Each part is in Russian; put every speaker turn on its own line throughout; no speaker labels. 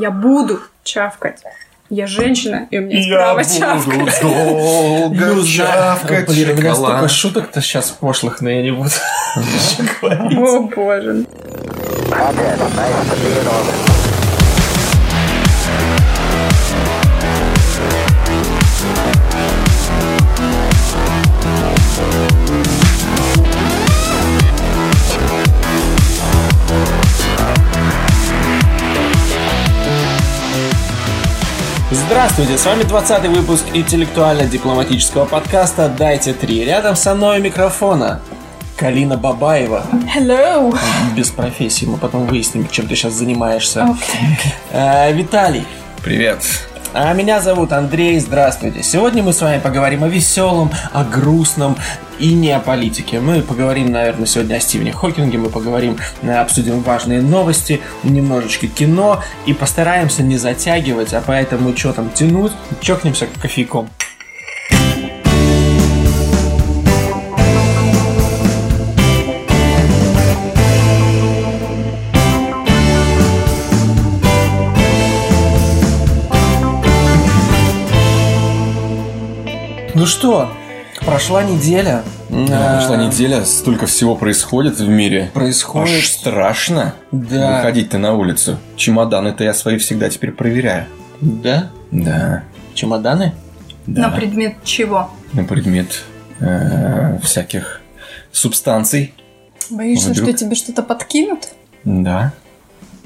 Я буду чавкать. Я женщина, и у меня есть
Я
право
буду
чавкать.
долго чавкать
Блин, у меня столько
шоколад.
шуток-то сейчас пошлых, но я не буду.
О, боже.
Здравствуйте, с вами 20 выпуск интеллектуально-дипломатического подкаста «Дайте три». Рядом со мной у микрофона Калина Бабаева.
Hello.
Без профессии, мы потом выясним, чем ты сейчас занимаешься.
Окей.
Э, Виталий.
Привет.
А меня зовут Андрей, здравствуйте. Сегодня мы с вами поговорим о веселом, о грустном и не о политике. Мы поговорим, наверное, сегодня о Стивене Хокинге, мы поговорим, э, обсудим важные новости, немножечко кино и постараемся не затягивать, а поэтому что там тянуть, чокнемся кофейком. Ну что, прошла неделя. Э,
Да, Прошла неделя, столько всего происходит в мире.
Происходит...
Аж страшно
Да.
выходить-то на улицу. Чемоданы-то я свои всегда теперь проверяю.
Да?
Да.
Чемоданы?
да.
На предмет чего?
На предмет э, всяких субстанций.
Боишься,
Вдруг?
что тебе что-то подкинут?
Да.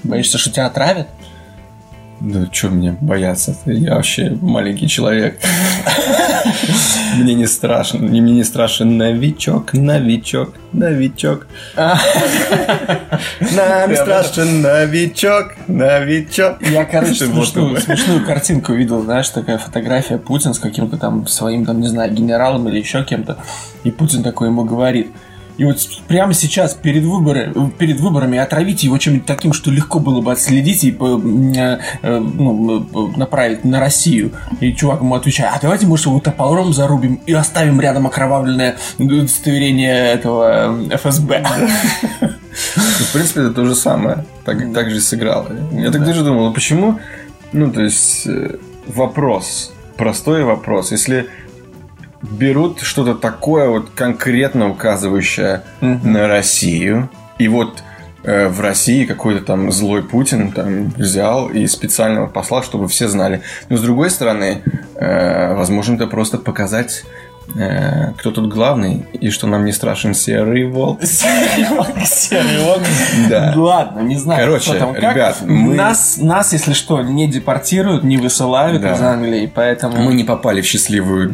Боишься, что тебя отравят?
Да что мне бояться? Я вообще маленький человек. Мне не страшно. Мне не страшен новичок, новичок, новичок. Нам страшен новичок, новичок.
Я,
Ты
короче,
вот
смешную,
такой.
смешную картинку видел, знаешь, такая фотография Путин с каким-то там своим, там, не знаю, генералом или еще кем-то. И Путин такой ему говорит. И вот с- прямо сейчас, перед, выборы, перед выборами, отравите его чем-нибудь таким, что легко было бы отследить и по- м, э, э, ну, м, э, направить на Россию. И чувак ему отвечает, а давайте, может, его топором зарубим и оставим рядом окровавленное удостоверение этого э, ФСБ.
В принципе, это то же самое. Так, так же и сыграло. Я так даже думал, а почему? Ну, то есть, э, вопрос. Простой вопрос. Если берут что-то такое вот конкретно указывающее на Россию, и вот э, в России какой-то там злой Путин там взял и специально вот послал, чтобы все знали. Но с другой стороны, э, возможно, это просто показать, э, кто тут главный и что нам не страшен серый волк.
Серега, Серега.
Да.
Ну Ладно, не знаю.
Короче,
кто там как.
ребят, мы-
нас, нас, если что, не депортируют, не высылают
Да.
из Англии, поэтому
Мы не попали в счастливую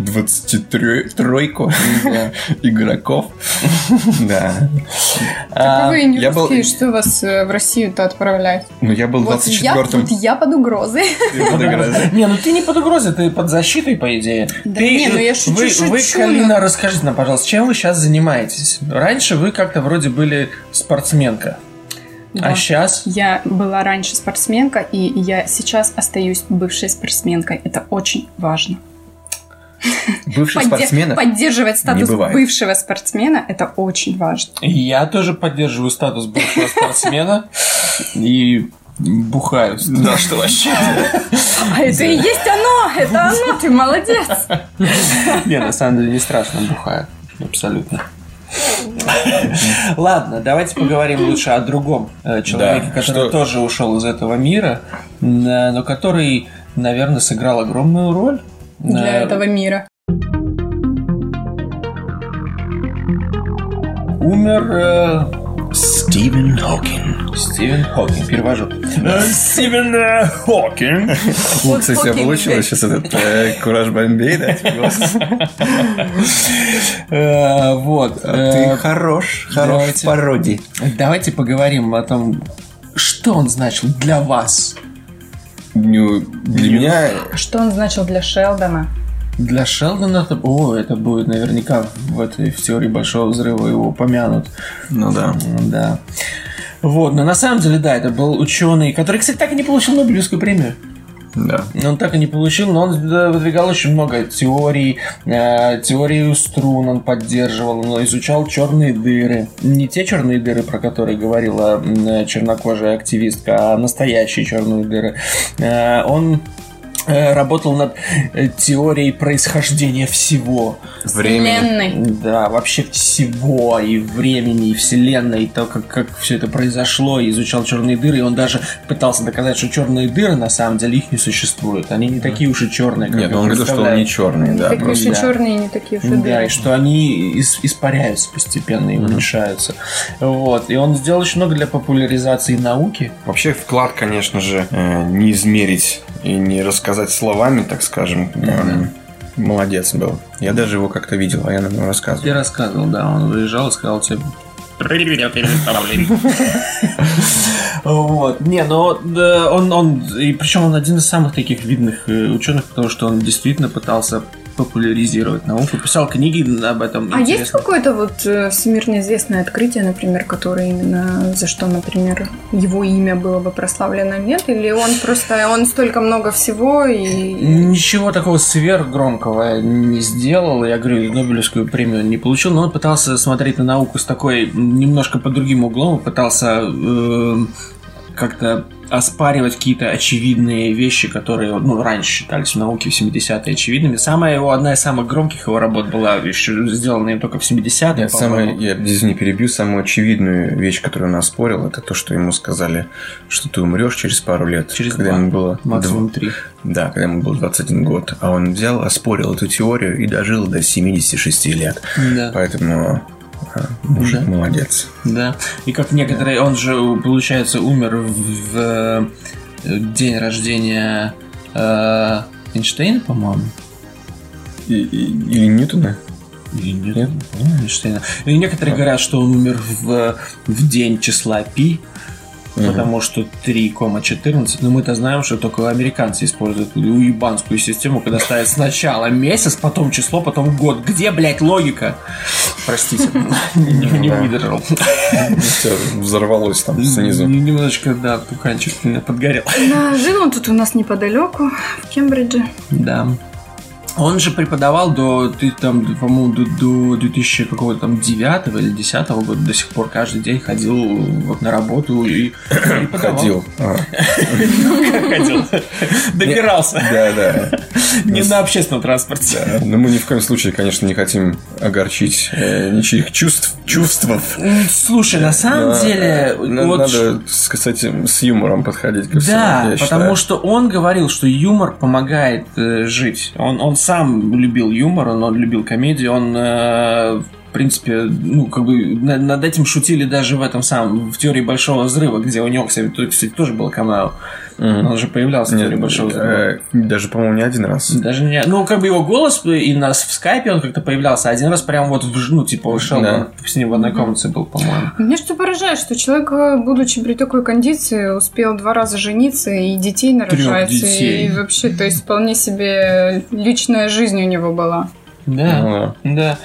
23-тройку
Да.
игроков. Да.
А,
Так вы не
я был-
русские, что вас э, в Россию-то отправляют?
Ну, я был
Вот я,
24-м.
вот я под угрозой.
под угрозой. Не, ну ты не под угрозой, ты под защитой, по идее.
Да
Ты-
не, ну я шучу,
вы,
шучу,
Вы,
ну.
Калина, расскажите нам, пожалуйста, чем вы сейчас занимаетесь? Раньше вы как-то вроде были спортсменка, а
Да.
сейчас...
Я была раньше спортсменка, и я сейчас остаюсь бывшей спортсменкой. Это очень важно.
Бывших
Подде-
спортсменов.
Поддерживать статус
бывает.
бывшего спортсмена это очень важно.
Я тоже поддерживаю статус бывшего спортсмена и бухаю. Да что вообще?
А это и есть оно! Это оно! Ты молодец!
Не, на самом деле не страшно, бухаю. Абсолютно. Ладно, давайте поговорим лучше о другом э, человеке,
Да,
который
что-
тоже ушел из этого мира, м, э, но который, наверное, сыграл огромную роль.
Для
Э,
этого мира.
Умер
Стивен Хокин.
э, Стивен Хокинг, перевожу. э,
Стивен Хокин. Вот, кстати, у тебя получилось сейчас этот э, Кураж Бомбей, да? типа, голос?
Э, Вот.
А Ты
э,
хорош, хорош
давайте.
в пародии.
Давайте поговорим о том, что он значил для вас,
Ну, Для меня...
Что он значил для Шелдона?
Для Шелдона это... О, это будет наверняка в этой в теории Большого Взрыва его упомянут.
Ну да.
М, Да. Вот, но на самом деле, да, это был ученый, который, кстати, так и не получил Нобелевскую премию.
Да.
Он так и не получил, но он да, выдвигал очень много теорий. э, теорию струн он поддерживал, он изучал черные дыры. Не те черные дыры, про которые говорила м, э, чернокожая активистка, а настоящие черные дыры. Э, он э, работал над э, теорией происхождения всего.
Времени.
Вселенной.
Да, вообще всего, и времени, и вселенной, и то, как, как все это произошло, и изучал черные дыры, и он даже пытался доказать, что черные дыры на самом деле их не существует. Они не такие уж и черные, как
Нет,
их
ну он говорил, что он не
представляют.
черный, да.
Ну, Такие
просто.
уж и
да.
черные, не такие уж и
Да, и
белые.
что они ис- испаряются постепенно и уменьшаются. Вот. И он сделал очень много для популяризации науки.
Вообще вклад, конечно же, э, не измерить и не рассказать словами, так скажем. Эм, Молодец был. Я даже его как-то видел, а я нам
Я
рассказывал.
рассказывал, да, он выезжал и сказал тебе... Вот. Не, но да, он, он, и причем он один из самых таких видных э, ученых, потому что он действительно пытался популяризировать науку, писал книги об этом.
А есть
интересно.
какое-то вот э, всемирно известное открытие, например, которое именно за что, например, его имя было бы прославлено, нет? Или он просто, он столько много всего и...
Ничего такого сверхгромкого не сделал. Я говорю, Нобелевскую премию он не получил, но он пытался смотреть на науку с такой м, немножко под другим углом, пытался эм, как-то оспаривать какие-то очевидные вещи, которые ну, раньше считались в науке в 70-е очевидными. Самая его, одна из самых громких его работ была еще сделана им только в 70-е.
Я, самое,
по-моему.
я здесь не перебью, самую очевидную вещь, которую он оспорил, это то, что ему сказали, что ты умрешь через пару лет.
Через
когда
два.
ему было
Максимум три.
дв- Да, когда ему был 21 год. А он взял, оспорил эту теорию и дожил до 76 лет.
Да.
Поэтому э, мужик
Да.
молодец.
Да. И как некоторые, он же, получается, умер в, в день рождения э, Эйнштейна, по-моему.
И- и- или Ньютона?
Или нет? По-моему, Эйнштейна. И некоторые говорят, что он умер в, в день числа Пи,
Мгм.
потому что 3,14. Но мы-то знаем, что только американцы используют уебанскую систему, когда ставят сначала месяц, потом число, потом год. Где, блядь, логика? Простите, не не
Да.
выдержал.
Всё, Взорвалось там снизу.
Немножечко, да, туканчик у меня подгорел.
Да, Э, жил он тут у нас неподалеку, в Кембридже.
Да. Он же преподавал до, ты там, до, по-моему, до, до 2000 какого-то там 9 или 10 года до сих пор каждый день ходил вот на работу и, и подавал.
Ходил. А,
Ходил. Добирался.
А, Да, да.
Не на общественном транспорте.
Да, Но мы ни в коем случае, конечно, не хотим огорчить э, ничьих чувств, чувств.
М, Слушай, на самом
Но,
деле...
э, на-
вот ш-
надо, с- кстати, с юмором подходить ко всему.
Да,
я
потому
считаю.
что он говорил, что юмор помогает э, жить. Он, он сам любил юмор, он, он любил комедию, он, э, в принципе, ну, как бы на- над этим шутили даже в этом самом, в теории Большого Взрыва, где у него, кстати, тут, кстати, тоже был камео.
Мгм.
Он же появлялся в
Нет,
теории Большого Взрыва.
э, даже, по-моему, не один раз.
Даже не... Ну, как бы его голос и нас в скайпе он как-то появлялся. Один раз прям вот, в ж- ну, типа, Шелдон
Да.
с ним в одной комнате был, по-моему.
Меня что поражает, что человек, э, будучи при такой кондиции, успел два раза жениться и детей нарожать.
детей.
И вообще, то есть вполне себе личная жизнь у него была.
Да.
Ну,
Да.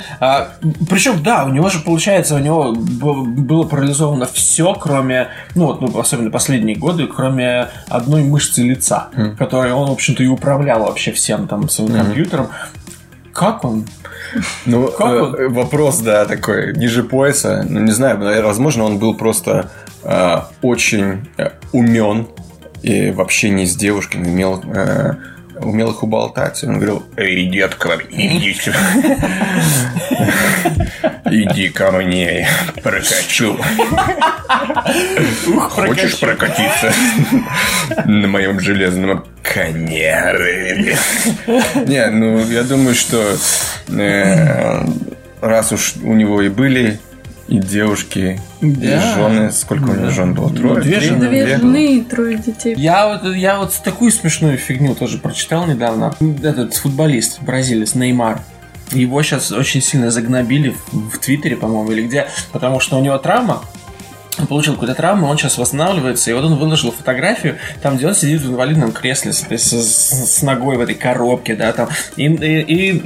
причем, да, у него же получается, у него б- было парализовано все, кроме, ну вот, ну, особенно последние годы, кроме одной мышцы лица,
Мгм.
которой он, в общем-то, и управлял вообще всем там своим
Хм. Мгм.
компьютером. Как он?
Ну,
Как
э,
он?
э, вопрос, да, такой, ниже пояса. Ну, не знаю, наверное, возможно, он был просто э, очень э, умен и в общении с девушками умел, э, умел их уболтать. Он говорил, эй, иди ко мне, иди сюда. Иди ко мне, прокачу. Хочешь прокатиться на моем железном коне? Не, ну я думаю, что э, раз уж у него и были и девушки, и
Да.
жены, сколько у него
Да.
жен было? Трое?
Ну, две
Три?
жены.
Две
Две?
жены и трое детей.
Я вот, я вот такую смешную фигню тоже прочитал недавно. Этот футболист, бразилец, Неймар. Его сейчас очень сильно загнобили в, в Твиттере, по-моему, или где, потому что у него травма. получил какую-то травму, он сейчас восстанавливается, и вот он выложил фотографию, там, где он сидит в инвалидном кресле с, этой- с- с- с ногой в этой коробке, да, там, и, и- и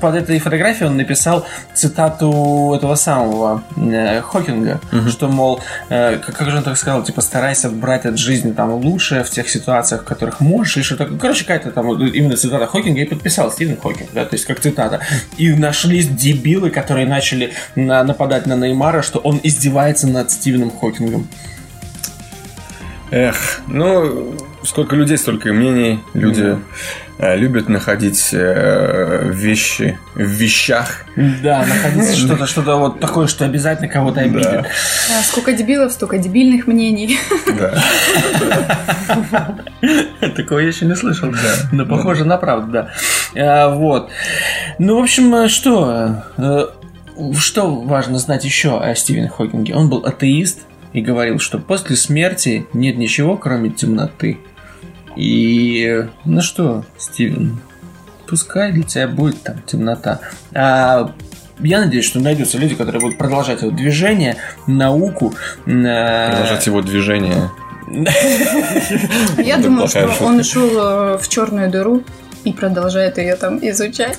под этой фотографией он написал цитату этого самого э, Хокинга, что, мол, э, как, как же он так сказал, типа, старайся брать от жизни там лучшее в тех ситуациях, в которых можешь, и что такое. Короче, какая-то там вот именно цитата Хокинга и подписал Стивен Хокинг, да, то есть как цитата. И нашлись дебилы, которые начали на- нападать на Неймара, что он издевается над Стивеном Хокингом.
Эх, ну, сколько людей, столько и мнений. Люди э, любят находить э, вещи в вещах.
Да, находится что-то, что-то вот такое, что обязательно кого-то обидит.
А, сколько дебилов, столько дебильных мнений.
Да.
Такого я еще не слышал. Но Ну, похоже на правду, да. А, Вот. Ну, в общем, э, что? э, Что важно знать еще о Стивене Хокинге? Он был атеист и говорил, что после смерти нет ничего, кроме темноты. И э, ну что, Стивен, пускай для тебя будет там темнота. А я надеюсь, что найдутся люди, которые будут продолжать это движение, науку. э,
Продолжать
Продолжать
его движение.
Я
Это
думаю,
плохая
что
шутка.
он шел э, в черную дыру и продолжает ее там изучать.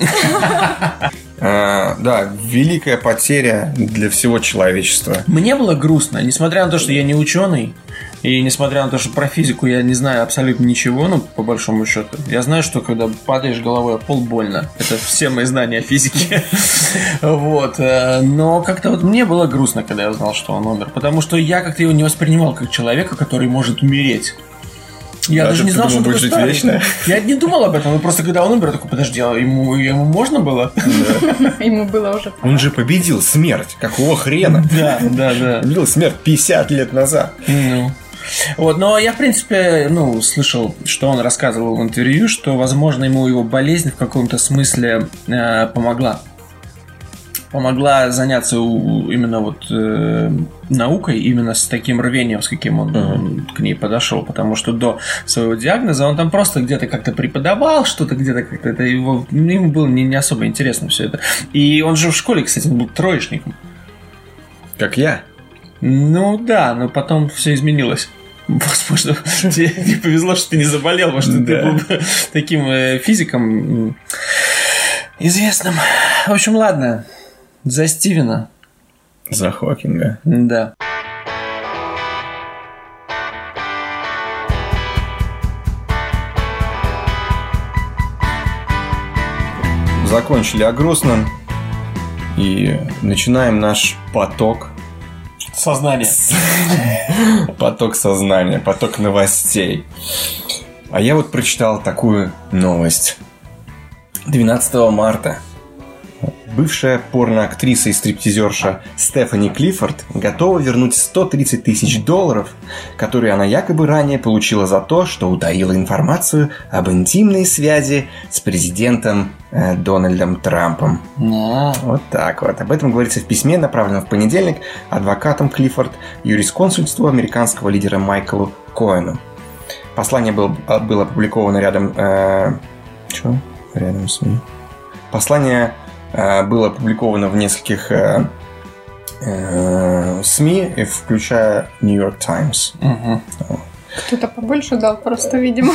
А, да, великая потеря для всего человечества.
Мне было грустно, несмотря на то, что я не ученый, и несмотря на то, что про физику я не знаю абсолютно ничего, ну, по большому счету. Я знаю, что когда падаешь головой, о пол больно. Это все мои знания о физике. Вот. э, Но как-то вот мне было грустно, когда я узнал, что он умер. Потому что я как-то его не воспринимал как человека, который может умереть. Я
Да,
даже
А ты
не знал, что он
подумал,
такой
будет жить
старый.
вечно?
Я не думал об этом, но просто когда он умер, я такой, подожди, а ему, ему можно было?
Ему было уже...
Он же победил смерть. Какого хрена?
Да, да, да.
Победил смерть 50 лет назад.
Ну. Вот, но я, в принципе, ну, слышал, что он рассказывал в интервью, что, возможно, ему его болезнь в каком-то смысле э, помогла. Помогла заняться у- у- именно вот э, наукой, именно с таким рвением, с каким он м, к ней подошел, потому что до своего диагноза он там просто где-то как-то преподавал, что-то где-то как-то это его, ну, ему было не, не особо интересно все это. И он же в школе, кстати, он был троечником.
Как я.
Ну да, но потом все изменилось. Возможно, тебе не повезло, что ты не заболел, потому что ты
Да.
был бы таким э, физиком м, известным. В общем, ладно. За Стивена.
За Хокинга.
Да.
Закончили о грустном. И начинаем наш поток.
Сознание.
Поток сознания, поток новостей. А я вот прочитал такую новость. 12 марта бывшая порноактриса и стриптизерша Стефани Клиффорд готова вернуть 130 тысяч долларов, которые она якобы ранее получила за то, что утаила информацию об интимной связи с президентом э, Дональдом Трампом.
А,
Вот так вот. Об этом говорится в письме, направленном в понедельник адвокатом Клиффорд юрисконсульству американского лидера Майклу Коэну. Послание было, а, было опубликовано рядом... э, чё? Рядом с ним. Послание э, было опубликовано в нескольких э, э, СМИ, и включая New York Times.
Кто-то побольше дал просто, видимо.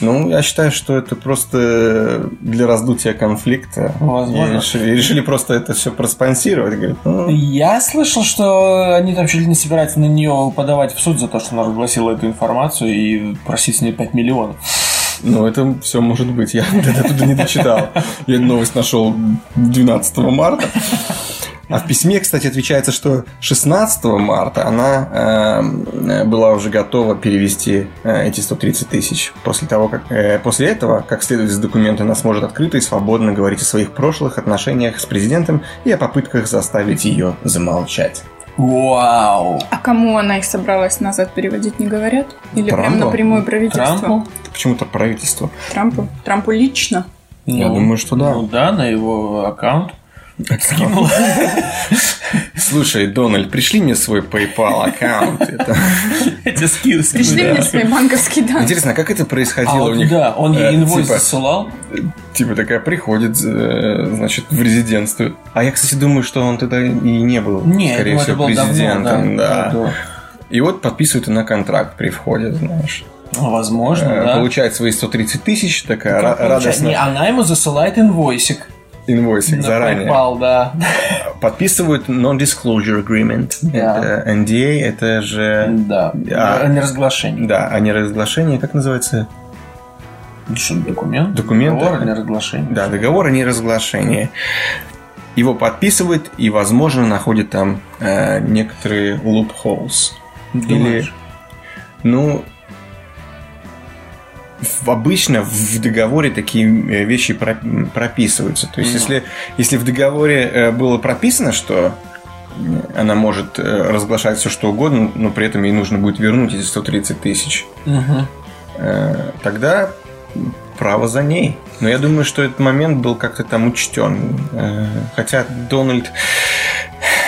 Ну, я считаю, что это просто для раздутия конфликта. И
Возможно.
решили, и решили просто это все проспонсировать. Говорят, ну,
Я слышал, что они там чуть ли не собираются на нее подавать в суд за то, что она разгласила эту информацию и просить с нее 5 миллионов.
Ну, это все может быть. Я вот это туда не дочитал. Я новость нашел 12 марта. А в письме, кстати, отвечается, что 16 марта она эм, э, была уже готова перевести э, эти 130 тысяч. После, того, как, э, после этого, как следует из документа, она сможет открыто и свободно говорить о своих прошлых отношениях с президентом и о попытках заставить ее замолчать.
Вау!
А кому она их собралась назад переводить, не говорят? Или прям
Трампу?
напрямую правительству?
Трампу?
Это почему-то правительство.
Трампу? Трампу лично?
Я
Ну,
думаю, что да.
Ну да, на его аккаунт. скинул.
Слушай, Дональд, пришли мне свой PayPal аккаунт. Это-
Эти скидки.
Пришли мне свои банковские данные.
Интересно, а как это
А
происходило у
вот
них?
да, он
Э,
ей инвойс
типа,
засылал.
Типа такая приходит, э, значит, в резидентство. А я, кстати, думаю, что он тогда и не был,
Не,
скорее
ну, это
всего,
было
президентом.
давно,
да.
да. да.
И вот подписывают на контракт при входе, знаешь.
Ну, Возможно,
Э,
да. Ну,
Получает свои 130 тысяч, такая
Как
ра-
получать? Не,
радостная
она ему засылает инвойсик.
инвойсик
на
заранее.
PayPal, да.
Подписывают non-disclosure agreement.
Да.
Это NDA, это же...
Да.
А.
Не разглашение.
Да, а не разглашение, как называется?
Ну, Что, документ?
Документ,
Договор
да.
о неразглашении.
Да, договор о неразглашении. Его подписывают и, возможно, находят там э, некоторые loopholes.
Думаешь?
Ну, в- обычно в договоре такие э, вещи про- прописываются. То есть,
Ну.
если, если в договоре э, было прописано, что э, она может э, разглашать все что угодно, но при этом ей нужно будет вернуть эти 130 тысяч,
Мгм.
э, тогда право за ней. Но я думаю, что этот момент был как-то там учтен. Э, Хотя Дональд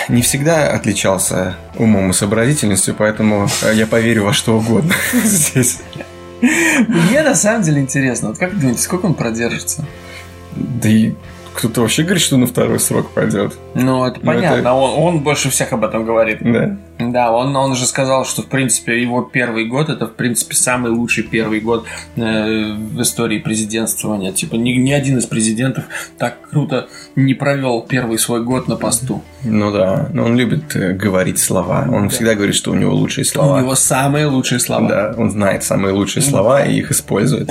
не всегда отличался умом и сообразительностью, поэтому э, я поверю во что угодно здесь.
Мне на самом деле интересно, вот как вы думаете, сколько он продержится?
Да и кто-то вообще говорит, что на второй срок пойдет.
Ну, это
Ну, это-
понятно, Он, он больше всех об этом говорит.
Да.
Да, он, он же сказал, что, в принципе, его первый год, это, в принципе, самый лучший первый год э, в истории президентствования. Типа, ни, ни один из президентов так круто не провел первый свой год на посту.
Ну да, но он любит э, говорить слова. Он
Да.
всегда говорит, что у него лучшие
У
слова.
него самые лучшие слова.
Да, он знает самые лучшие слова и их использует.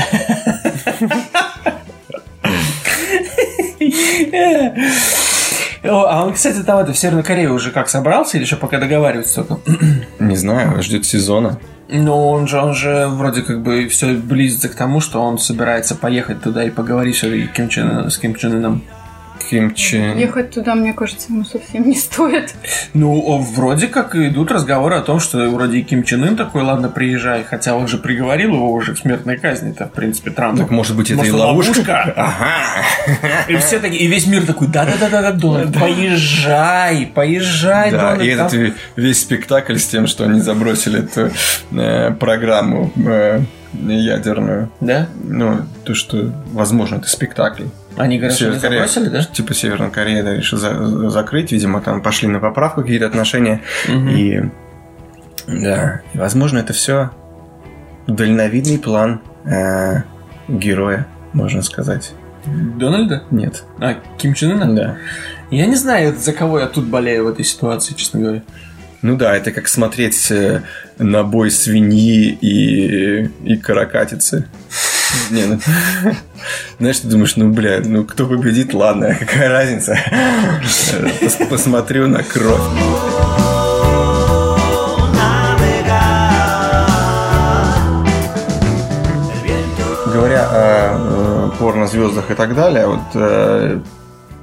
О, А он, кстати, там это в Северную Корею уже как собрался или еще пока договариваются только?
Не знаю, ждет сезона.
Ну, он же, он же вроде как бы все близится к тому, что он собирается поехать туда и поговорить всё-таки Ким Чен Ыном- с Ким Чен Ыном.
Ким Чен-
Ехать туда, мне кажется, ему совсем не стоит.
Ну, о, вроде как идут разговоры о том, что вроде и Ким Чен Ын такой, ладно, приезжай, хотя он же приговорил его уже к смертной казни-то, в принципе, Трамп.
Ну, Так может быть это
Может,
и ловушка?
ловушка?
Ага.
И все такие, и весь мир такой, да-да-да-да, Дональд, поезжай, поезжай,
Да,
Дональд,
и
там
этот ве- весь спектакль с тем, что они забросили эту э, программу э, ядерную.
Да?
Ну, то, что, возможно, это спектакль.
Они говорят, что не
Северная Корея,
забросили, да?
Типа Северная Корея да, решила за- закрыть, видимо, там пошли на поправку какие-то отношения. И да, и, возможно, это все дальновидный план э, героя, можно сказать.
Дональда?
Нет.
А, Ким Чен Ына?
Да.
Я не знаю, за кого я тут болею в этой ситуации, честно говоря.
Ну да, это как смотреть э, на бой свиньи и, и каракатицы. Не, ну, Знаешь, ты думаешь, ну, бля, ну, кто победит, ладно, какая разница. Пос- Посмотрю на кровь. Говоря о э, порнозвездах и так далее, вот э,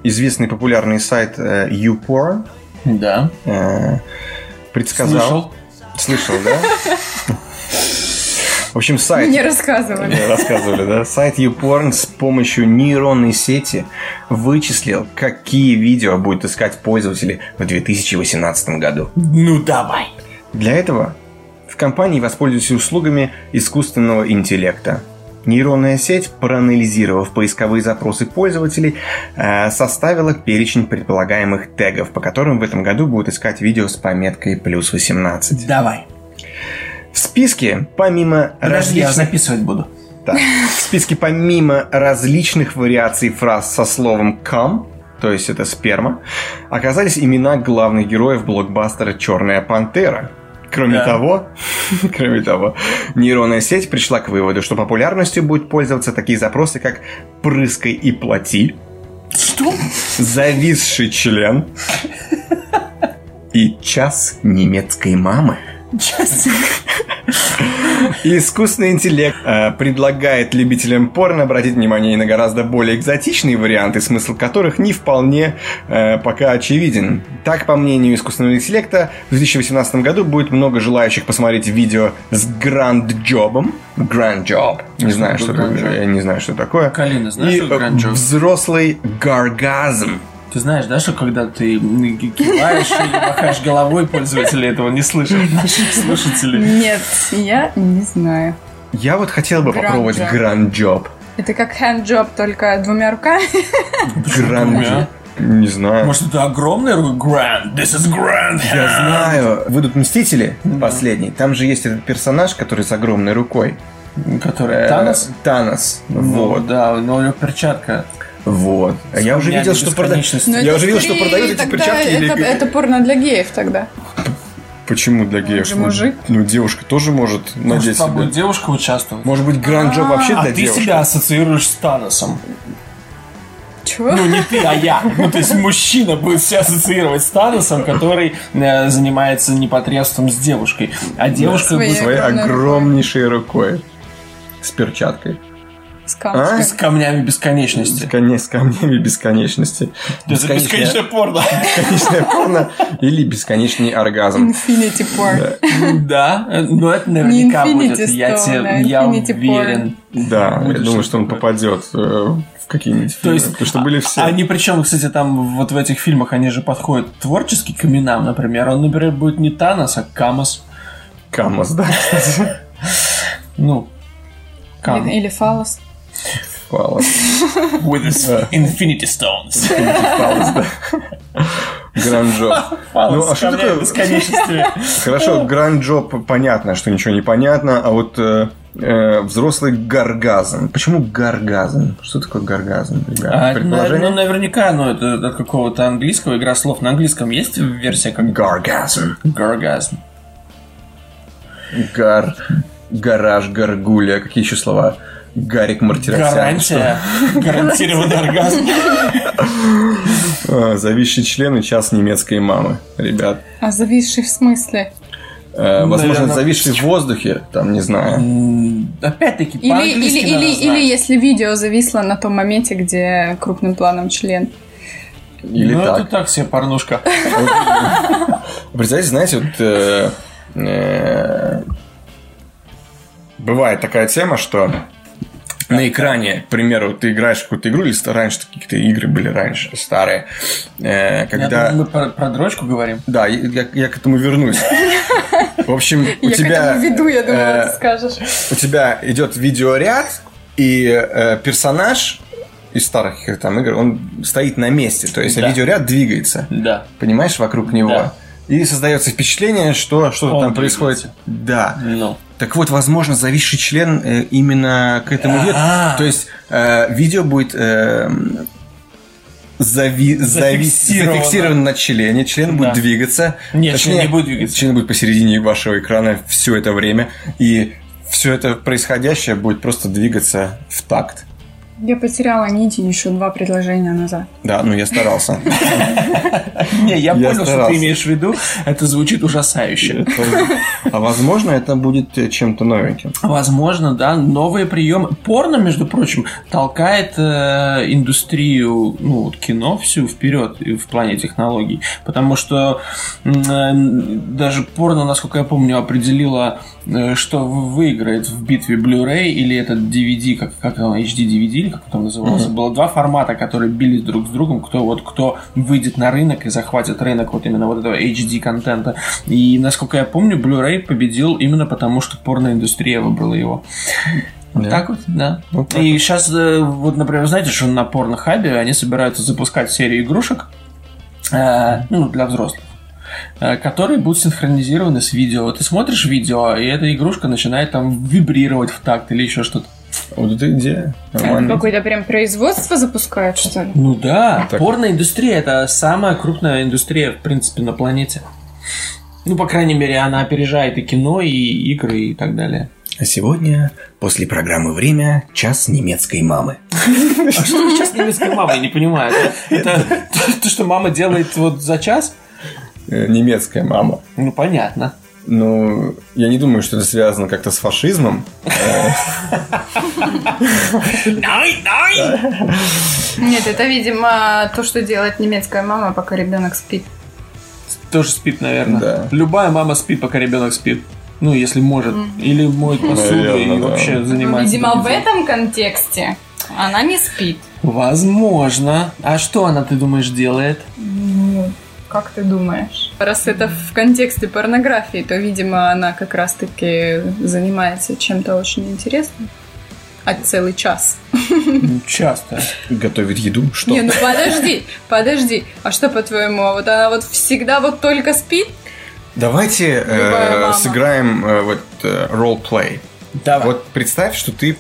известный популярный сайт э, YouPorn
Да.
э, предсказал. Слышал,
Слышал.
да? В общем, сайт...
Мне рассказывали.
Мне рассказывали, да? Сайт YouPorn с помощью нейронной сети вычислил, какие видео будут искать пользователи в 2018 году.
Ну давай.
Для этого в компании воспользуются услугами искусственного интеллекта. Нейронная сеть, проанализировав поисковые запросы пользователей, э, составила перечень предполагаемых тегов, по которым в этом году будут искать видео с пометкой «плюс 18».
Давай.
В списке, помимо
Подожди, а я
различных...
записывать буду.
Так. В списке помимо различных вариаций фраз со словом «кам», то есть это сперма, оказались имена главных героев блокбастера «Черная пантера». Кроме
Да.
того, кроме того, нейронная сеть пришла к выводу, что популярностью будут пользоваться такие запросы, как «прыскай и плати»,
Что?
«зависший член» и «час немецкой мамы». И Искусственный интеллект э, предлагает любителям порно обратить внимание и на гораздо более экзотичные варианты, смысл которых не вполне э, пока очевиден. Так, по мнению искусственного интеллекта, в 2018 году будет много желающих посмотреть видео с гранд-джобом. Гранд-джоб. Не знаю, что
такое
такое.
grand job?
Я не знаю, что такое.
Калина, знаешь,
И
что такое
э,
grand job?
взрослый гаргазм.
Ты знаешь, да, что когда ты киваешь или махаешь головой, пользователи этого не слышат, наши слушатели.
Нет, я не знаю.
Я вот хотел бы
Grand
попробовать
job.
гранд-джоб.
Это как хэнджоб, только двумя руками.
Гранд-джоб. Не знаю.
а? Может, это огромный ру- Grand? This is grand.
Я знаю, выйдут Мстители последний. Там же есть этот персонаж, который с огромной рукой.
Который
Э,
Танос?
Танос. Ну.
Вот,
Вот.
да, но у него перчатка.
Вот. Я уже видел, что продают.
бесконечности.
Я уже видел, что продают эти перчатки или-
Это, это порно для геев тогда.
Почему для геев?
же мужик.
Ну, девушка тоже может
Может,
надеть
с тобой
себе.
девушка участвует?
Может быть, гранд-джоб вообще
А
для
ты
девушки?
себя ассоциируешь с Таносом.
Чего?
Ну, не ты, а я. Ну, то есть мужчина будет себя ассоциировать с Таносом, который э, занимается непотребством с девушкой. А девушка
Своей
будет
Своей
огромной рукой.
огромнейшей рукой. С перчаткой. ну,
С
а?
камушками.
с камнями бесконечности.
С коней- с камнями бесконечности.
Это бесконечное порно.
Бесконечное порно или бесконечный оргазм.
Infinity porn.
Да, э, но это наверняка
Не Infinity
будет.
Stone,
Я
а
тебе, я
Infinity
уверен.
Да, я
Будет
думаю,
что-то
что он
такое.
попадет э, в какие-нибудь
То
фильмы.
есть, а
Потому что были все.
Они причем, кстати, там вот в этих фильмах они же подходят творчески к именам, например. Он, например, будет не Танос, а Камос.
Камос, да, кстати.
Ну, Кам.
Или фалос.
Фалос.
With his
Да.
Infinity Stones.
Фалос, да. Гранд-джоб.
Фалос
Ну, а
с
что
камнями
такое-
бесконечности.
Хорошо, гранд-джоб понятно, что ничего не понятно, а вот э, э, взрослый гаргазм. Почему гаргазм? Что такое гаргазм, ребят?
А,
Предположение?
на- ну, наверняка, ну, это от какого-то английского игра слов. На английском есть версия как
Гаргазм.
гаргазм?
Гар... Гараж, гаргуля. Какие еще слова? Гарик Мартиросян.
Гарантия. Гарантированный оргазм.
Что? А, зависший член и час немецкой мамы, ребят.
А зависший в смысле?
Э, возможно,
Наверное.
зависший в воздухе, там, не знаю.
М, Опять-таки,
Или, или,
по-английски надо
или,
знать.
или если видео зависло на том моменте, где крупным планом член.
Или
ну,
так.
это так себе порнушка.
Представляете, знаете, вот э, э, бывает такая тема, что на экране, к примеру, ты играешь в какую-то игру, или ст- раньше какие-то игры были раньше старые, э,
Я
когда...
думаю, мы про, про дрочку говорим.
Да, я, я- я к этому вернусь. В общем, у
я к
тебя
этому веду, я думала,
э,
ты скажешь.
у тебя идет видеоряд, и э, персонаж из старых каких-то там игр, он стоит на месте, то есть
Да.
видеоряд двигается
Да.
понимаешь, вокруг него.
Да.
И создается впечатление, что что-то
Он
там происходит. Да.
Ну.
Так вот, возможно, зависший член э, именно к этому ведет.
А-а.
То есть э, видео будет э, м, зави- зави-
Зафиксировано.
зафиксировано на члене, член будет
Да.
двигаться.
Нет, член не будет двигаться.
Член будет посередине вашего экрана все это время. И все это происходящее будет просто двигаться в такт.
Я потеряла нити еще два предложения назад.
Да, ну я старался.
Не, я,
Я
понял, что
старался.
ты имеешь в виду. Это звучит ужасающе.
А возможно, это будет э, чем-то новеньким.
Возможно, да, новые приемы. Порно, между прочим, толкает э, индустрию, ну, вот кино всю вперед и в плане технологий. Потому что м, э, даже порно, насколько я помню, определило, э, что в- выиграет в битве Blu-ray или этот DVD, как, как он, HD DVD, или как он там назывался. Было два формата, которые бились друг с другом, кто вот кто выйдет на рынок и захватит рынок вот именно вот этого HD контента. И, насколько я помню, Blu-ray победил именно потому, что порноиндустрия выбрала его. Вот
Да.
так вот, да.
Вот так
и сейчас, вот, например, знаете, что на порнохабе они собираются запускать серию игрушек, э, ну, для взрослых, э, которые будут синхронизированы с видео. Ты смотришь видео, и эта игрушка начинает там вибрировать в такт или еще что-то.
Вот это идея. Нормально.
Какое-то прям производство запускают, что ли?
Ну да,
Так.
порноиндустрия это самая крупная индустрия, в принципе, на планете. Ну, по крайней мере, она опережает и кино, и игры, и так далее.
А сегодня, после программы «Время», час немецкой мамы.
А что сейчас немецкая мама, я не понимаю. Это то- то, что мама делает вот за час?
э, немецкая мама.
Ну, понятно.
Ну, я не думаю, что это связано как-то с фашизмом.
Нет, это, видимо, то, что делает немецкая мама, пока ребенок спит.
Тоже спит, наверное.
Да.
Любая мама спит, пока ребенок спит. Ну, если может. Или моет посуду и
Наверное, да.
вообще
Ну,
занимается.
видимо, в
другим делом.
этом контексте
Она не спит.
Возможно. А что она, ты думаешь, делает?
Ну, как ты думаешь? Раз это в контексте порнографии, то, видимо, она как раз-таки занимается чем-то очень интересным. А целый час.
Часто.
Готовит еду? Что?
Не, ну подожди, подожди. А что по-твоему? а Вот она вот всегда вот только спит?
Давайте э,
Любая мама.
сыграем э, вот э, ролл-плей.
Давай.
Вот представь, что ты...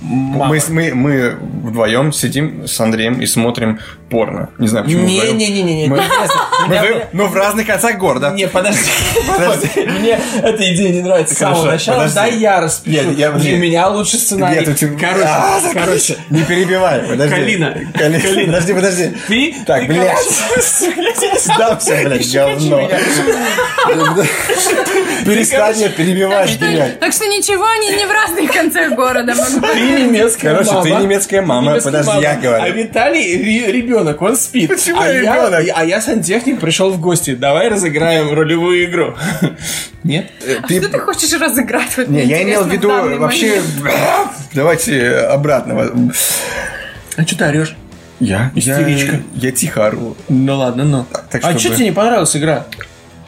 Мама.
Мы, с- мы, мы вдвоем сидим с Андреем и смотрим порно. Не знаю, почему вдвоем.
Не-не-не-не,
Мы-
интересно.
Мы вдвоем, но в разных концах города.
Не, подожди.
Подожди.
Мне эта идея не нравится с самого
Хорошо,
начала.
подожди.
Да я распишу.
Нет, я-
Для
нет.
меня лучше сценарий.
Нет, у тебя- А,
Короче,
закрой.
короче.
Не перебивай, подожди.
Калина.
Калина. Подожди, подожди.
Ты?
Так,
ты,
блядь.
короче, сука,
Сдамся, блядь, говно. Перестань перебиваешь меня.
Так что ничего, они не в разных концах города. могу
Ты немецкая
Короче,
мама.
ты немецкая мама.
Немецкая
Подожди,
мама.
я говорю.
А Виталий ри- ребенок, он спит.
Почему
а
ребенок?
Я, а я сантехник пришел в гости. Давай разыграем ролевую игру. Нет?
Э,
А Что ты хочешь разыграть? Вот
Не,
мне
я имел в
интересно
виду
данный
вообще...
момент.
Давайте э, обратно.
А что ты орешь?
Я?
Истеричка.
Я, я тихо ору.
Ну ладно, ну.
так
а
чтобы-
что тебе не понравилась игра?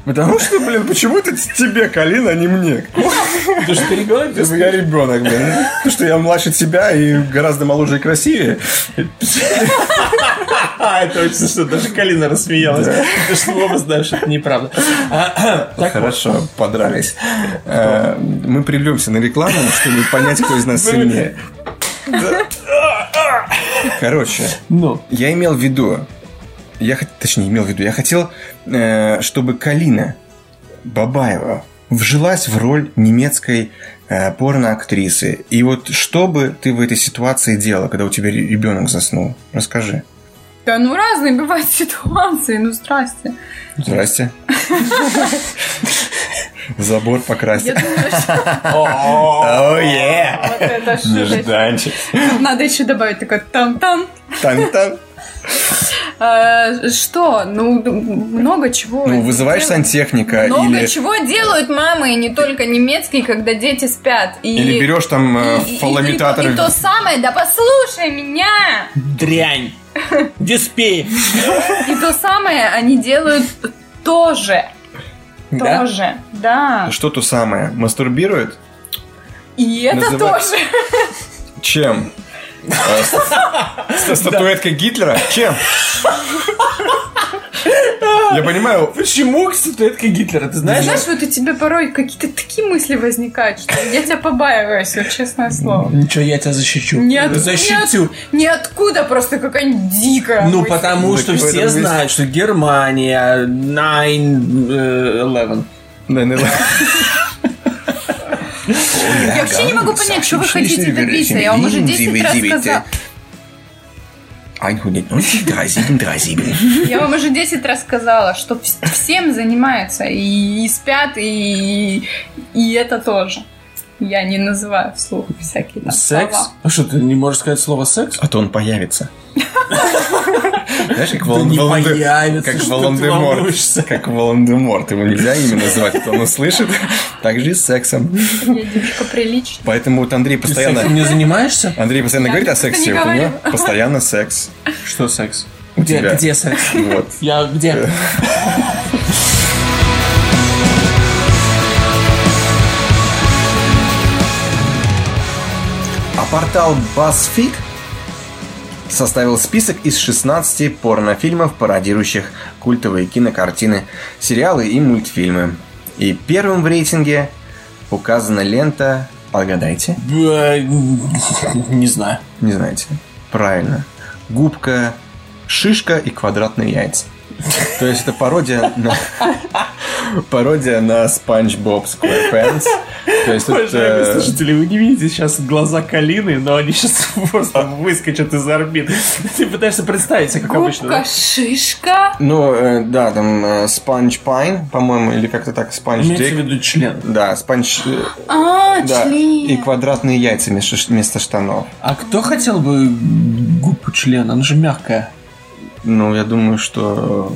Потому что, блин, почему это тебе, Калина, а не мне?
Потому что ты ребенок, ты
Если бы я ребенок, блин. Потому что я младше тебя и гораздо моложе и красивее.
А, точно, что даже Калина рассмеялась. Потому что мы оба знаем, что это неправда. А, Так вот.
Хорошо, подрались. Э, Мы прервемся на рекламу, чтобы понять, кто из нас сильнее. Да. Короче,
Ну,
я имел в виду, я хот- точнее имел в виду, я хотел, э, чтобы Калина Бабаева вжилась в роль немецкой э, порноактрисы. И вот что бы ты в этой ситуации делала, когда у тебя ре- ребенок заснул? Расскажи.
Да ну разные бывают ситуации, ну здрасте.
Здрасте. Забор
Я
покрасить.
думаю, что
О, е!
вот это
Ну,
шуточка.
Нежданчик.
Надо еще добавить такой там-там.
Тан-тан. Ну,
А, Что? Ну, д- много чего.
Ну, вызываешь
Делают.
сантехника
Много
или,
чего делают мамы, и не только немецкие, когда дети спят. И,
или берешь там э,
и- и- и-
фаломитатор.
И, то самое, да послушай меня!
дрянь. Диспей.
И то самое они делают тоже.
Да?
Тоже, да.
Что то самое? Мастурбирует?
И это
Называй-
тоже.
Чем? Э, с- с- Статуэткой Гитлера? Чем? Я понимаю,
Почему статуэтка Гитлера? Ты
Ты
знаешь,
знаешь, вот у тебя порой какие-то такие мысли возникают, что я тебя побаиваюсь, вот честное слово.
Ничего, я тебя защищу.
Нет,
Защитю.
Ниоткуда просто какая-нибудь дикая.
Ну,
мысль.
потому
Так
что
в этом
все
есть-
знают, что Германия э, 9-11.
Да, не знаю.
Я вообще не могу понять, что вы хотите добиться. Я вам уже 10 раз сказала.
190, 337.
Я вам уже 10 раз сказала, что вс- всем занимаются. И, и спят, и, и это тоже. Я не называю вслух всякие там
Секс?
слова.
А что, ты не можешь сказать слово секс?
А то он появится. Знаешь, как
Да не
Волан-де-
появится.
Как
что ты
Волан-де-Морт.
волнуешься?
Как Волан-де-Морт. Его нельзя имя называть, это он услышит. Так же и с сексом.
Я девушка приличная.
Поэтому вот Андрей
Ты сексом
постоянно...
не занимаешься?
Андрей постоянно
Я
говорит о
просто не
сексе, вот у
говорю.
него постоянно секс.
Что секс?
У
Где,
тебя.
где секс?
Вот.
Я где?
А портал BuzzFeed составил список из 16 порнофильмов, пародирующих культовые кинокартины, сериалы и мультфильмы. И первым в рейтинге указана лента «Погадайте».
Б- Не знаю.
Не знаете. Правильно. Губка, шишка и квадратные яйца. То есть это пародия на... Пародия на Спанч Боб Скварпенс. То есть
Уважаемые
это...
слушатели, вы не видите сейчас глаза Калины, но они сейчас
А.
просто выскочат из орбит. Ты пытаешься представить себе, как обычно.
Губка,
да?
шишка.
Ну, э, да, там э, Спанч Пайн, по-моему, или как-то так, Спанч
Имеется в
Дик.
виду член.
Да, Спанч... э,
А,
Да, и
член.
квадратные яйца вместо ш- вместо штанов.
А кто хотел бы губку члена? Она же мягкая.
Ну, я думаю, что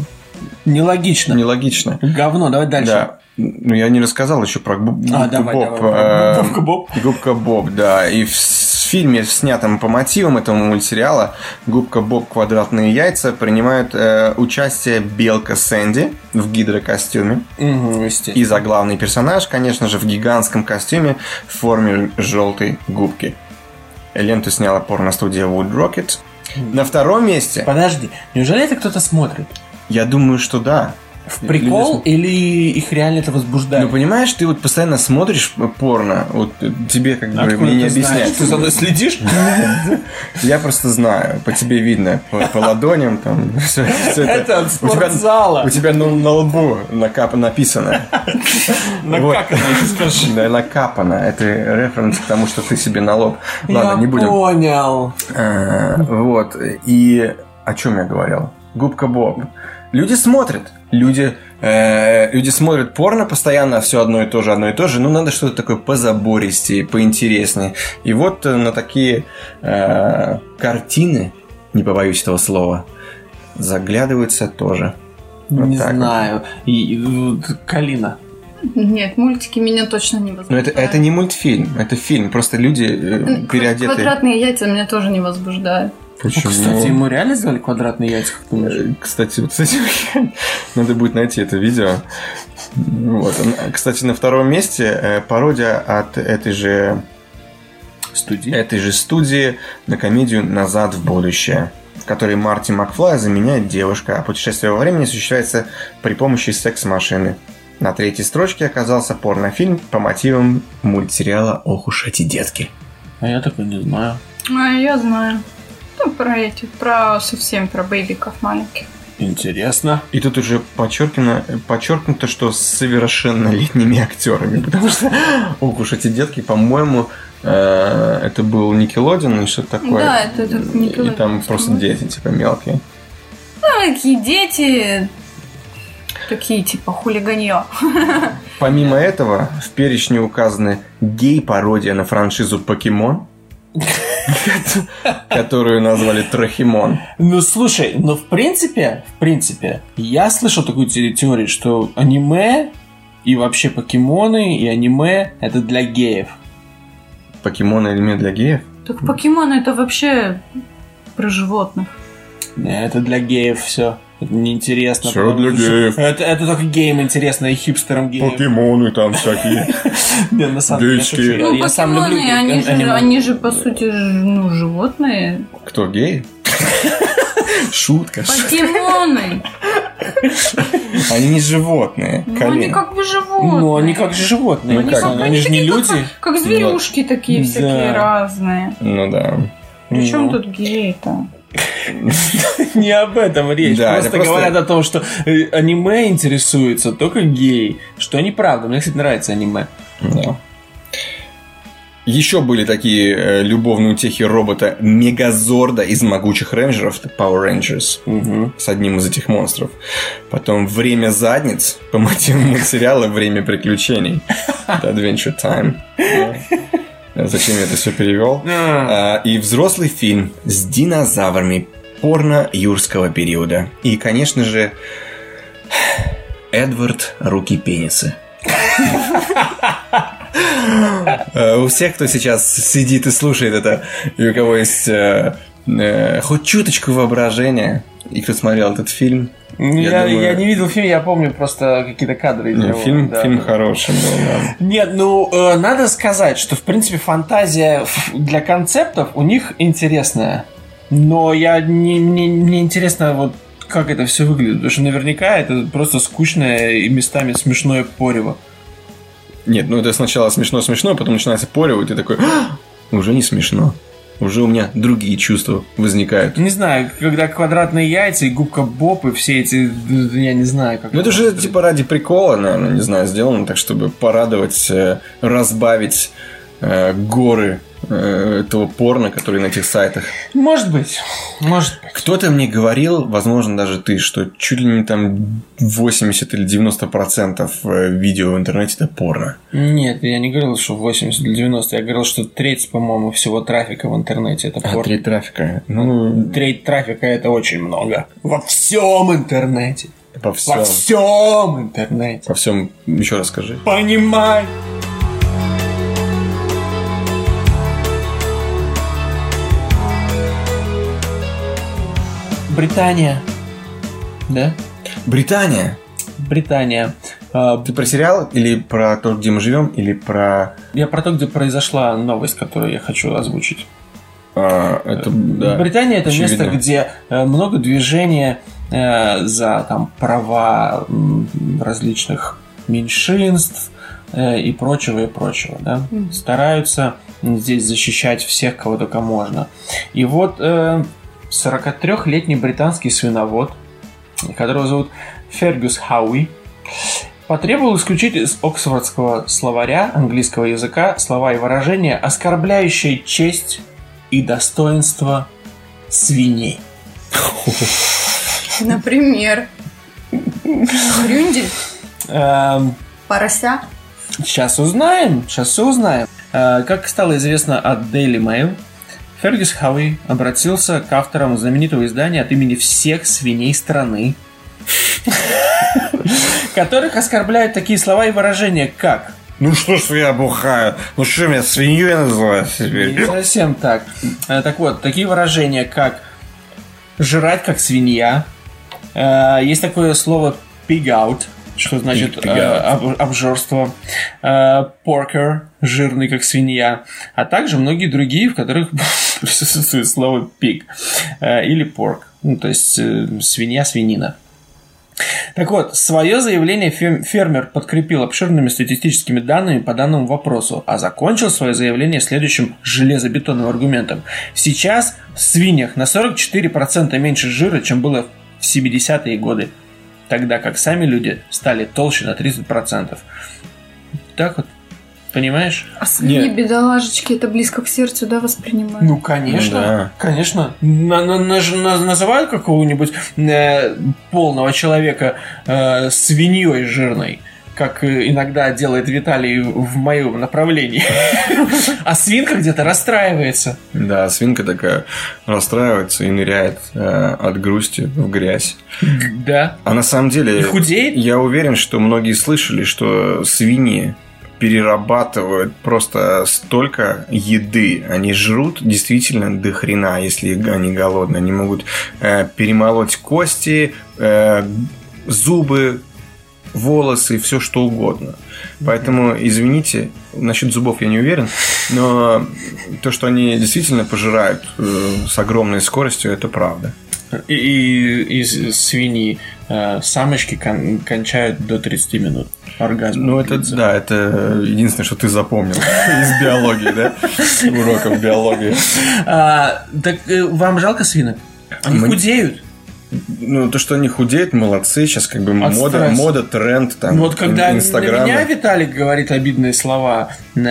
Нелогично.
нелогично.
Говно, давай дальше.
Да. Ну, я не рассказал еще про Губ- губку
А, давай,
Боб.
давай.
э,
Губка Боб.
Губка Боб, да. И в с- фильме, снятом по мотивам этого мультсериала, Губка Боб Квадратные яйца принимают э, участие Белка Сэнди в гидрокостюме.
Угу, естественно.
И за главный персонаж, конечно же, в гигантском костюме в форме желтой губки. Ленту сняла порно-студия Wood Rocket. На втором месте,
Подожди, неужели это кто-то смотрит?
я думаю, что да.
В прикол или их реально это возбуждает?
Ну, понимаешь, ты вот постоянно смотришь порно, вот э, тебе как бы
А Откуда
мне не
ты знаешь?
объясняют.
Ты за мной следишь?
Я просто знаю, по тебе видно, по, по ладоням там. всё- всё
Это от
У тебя-
спортзала.
У тебя ну, на лбу накап- написано.
Накакано, еще скажи.
Да, накапано. Это референс к тому, что ты себе на лоб.
Я
Ладно, не будем.
понял.
Э, Вот. И о чем я говорил? Губка Боб. Люди смотрят. Люди, э, люди смотрят порно постоянно, все одно и то же, одно и то же. Ну, надо что-то такое позабористее, поинтереснее. И вот э, на такие э, картины, не побоюсь этого слова, заглядываются тоже. Вот
Не
так вот.
знаю. И- и- Калина.
Нет, мультики меня точно
Ну,
не
Но
возбуждают.
это, это не мультфильм, это фильм. Просто люди э,
Кв-
переодетые.
Квадратные яйца меня тоже не возбуждают.
Почему?
Кстати, ему реально сделали квадратные яйца, как ты думаешь?
Э, Кстати, вот с этим надо будет найти это видео. Вот. Н- Кстати, на втором месте э, пародия от этой же Э.
Студия.
этой же студии на комедию «Назад в будущее», в которой Марти Макфлай заменяет девушка, а путешествие во времени осуществляется при помощи секс-машины. На третьей строчке оказался порнофильм по мотивам мультсериала «Ох уж эти детки».
А я такой не знаю.
А, я знаю. Ну, про этих, про совсем, про бейбиков маленьких.
Интересно.
И тут уже подчеркнуто, подчеркнуто, что с совершеннолетними актерами, потому что, ох уж эти детки, по-моему, э, это был Никелодин и что-то такое.
Да, это- это
И
Никелодеон.
там просто дети, типа, мелкие.
Ну, Такие дети, такие типа хулиганье.
Помимо этого, в перечне указаны гей-пародия на франшизу «Покемон», которую назвали «Трохимон».
Ну, слушай, но в принципе, в принципе, я слышал такую те- теорию, что аниме и вообще покемоны и аниме это для геев.
«Покемон» — элемент для геев?
Так покемоны это вообще про животных.
Не, Это для геев все. Это неинтересно.
Всё
потому
для
что-
геев.
Это, это только геям интересно и хипстерам геям.
«Покемоны» там всякие.
Не, на самом деле, я
Гейские.
шучу. Я-
Ну,
я сам
покемоны,
люблю ге-
они, же,
аниме.
они же, по сути, ж- ну, животные.
Кто, гей? Шутка.
Покемоны!
Они не животные.
Ну, они
Калина.
как бы животные.
Ну, они как же животные.
Они
как
как-
они? Они же не
такие, как-
люди.
Как зверюшки такие
Да.
всякие разные.
Ну да.
Причем
Ну.
тут гей-то?
Не об этом речь.
Да,
просто,
это просто-
говорят о том, что э, аниме интересуется только геи. Что неправда. Мне, кстати, нравится аниме.
Да. Еще были такие э, любовные утехи робота Мегазорда из могучих рейнджеров, это Power Rangers, с одним из этих монстров. Потом Время задниц по мотивам мультсериала Время приключений. Это Adventure Time. Да. Зачем я это все перевел?
А,
А, И взрослый фильм с динозаврами порно юрского периода. И, конечно же, Эдвард руки пенисы. Э, У всех, кто сейчас сидит и слушает это, и у кого есть э, э, хоть чуточку воображения, и кто смотрел этот фильм,
ну,
я
Я
думаю-
я не видел фильм, я помню просто какие-то кадры. из
э,
него,
фильм,
да.
фильм хороший был. да.
Нет, ну, э, надо сказать, что, в принципе, фантазия ф- для концептов у них интересная. Но я не, не- мне интересно, вот как это все выглядит. Потому что наверняка это просто скучное и местами смешное порево.
Нет, ну это сначала смешно-смешно, потом начинается порево, и ты такой, «А, уже не смешно. Уже у меня другие чувства возникают.
Не знаю, когда квадратные яйца и губка Боб и все эти, д- я не знаю, как.
Ну, это
это
же типа ради прикола, наверное, не знаю, сделано так, чтобы порадовать, э, разбавить э, горы э, этого порно, который на этих сайтах.
Может быть, может быть.
Кто-то мне говорил, возможно, даже ты, что чуть ли не там 80 или 90 процентов э, видео в интернете это порно.
Нет, я не говорил, что 80 или 90, я говорил, что треть, по-моему, всего трафика в интернете это порно.
треть А, трафика. Ну,
Треть трафика это очень много. Во всем интернете.
По всем.
Во всем интернете.
По всем еще расскажи.
Понимай. Британия. Да?
Британия.
Британия. А,
Ты про сериал или про то, где мы живем, или про...
Я про то, где произошла новость, которую я хочу озвучить.
а, это, да.
Британия это
очевидно.
место, где э, много движения э, за там права м, различных меньшинств э, и прочего и прочего, да.
Мгм.
Стараются м, здесь защищать всех, кого только можно. И вот э, 43-летний британский свиновод, которого зовут Фергюс Хауи, потребовал исключить из Оксфордского словаря английского языка слова и выражения, оскорбляющие честь и достоинство свиней.
Например. Хрюндель,
Эм,
порося.
Сейчас узнаем, сейчас все узнаем. Э, Как стало известно от Daily Mail, Фергюс Хауи обратился к авторам знаменитого издания от имени всех свиней страны, которых оскорбляют такие слова и выражения, как
Ну что ж я бухаю? Ну что меня свиньей называют
Не
теперь?
совсем так. Э, Так вот, такие выражения, как жрать как свинья. Э, Есть такое слово pig out, что значит
Pig out.
э, об- обжорство. Э, Porker, жирный как свинья. А также многие другие, в которых присутствует слово pig э, или pork. Ну, то есть э, свинья, свинина. Так вот, свое заявление фем- фермер подкрепил обширными статистическими данными по данному вопросу, а закончил свое заявление следующим железобетонным аргументом. Сейчас в свиньях на 44% меньше жира, чем было в 70-е годы, тогда как сами люди стали толще на 30%. Так вот, понимаешь?
А свиньи,
Нет.
бедолажечки, это близко к сердцу, да, воспринимают?
Ну, конечно,
Да.
конечно. На- на- на- ж- на- называют какого-нибудь э, полного человека э, свиньей жирной, как э, иногда делает Виталий в моем направлении. А свинка где-то расстраивается.
Да, свинка такая расстраивается и ныряет э, от грусти в грязь.
Да.
А на самом деле...
И худеет.
Я уверен, что многие слышали, что свиньи перерабатывают просто столько еды. Они жрут действительно до хрена, если они голодные. Они могут э, перемолоть кости, э, зубы, волосы, все что угодно. Поэтому, извините, насчет зубов я не уверен, но то, что они действительно пожирают э, с огромной скоростью, это правда.
И, и- и с- свиньи э, самочки кон- кончают до 30 минут. Оргазм.
Ну, это, да, это единственное, что ты запомнил из биологии, да? Уроков биологии.
А, так э, вам жалко свинок? Они
Мне-
худеют.
Ну, то, что они худеют, молодцы. Сейчас как бы
От
мода,
стресса.
мода, тренд, там,
Ну вот когда
ин-
на
Инстаграм.
меня Виталик говорит обидные слова, э,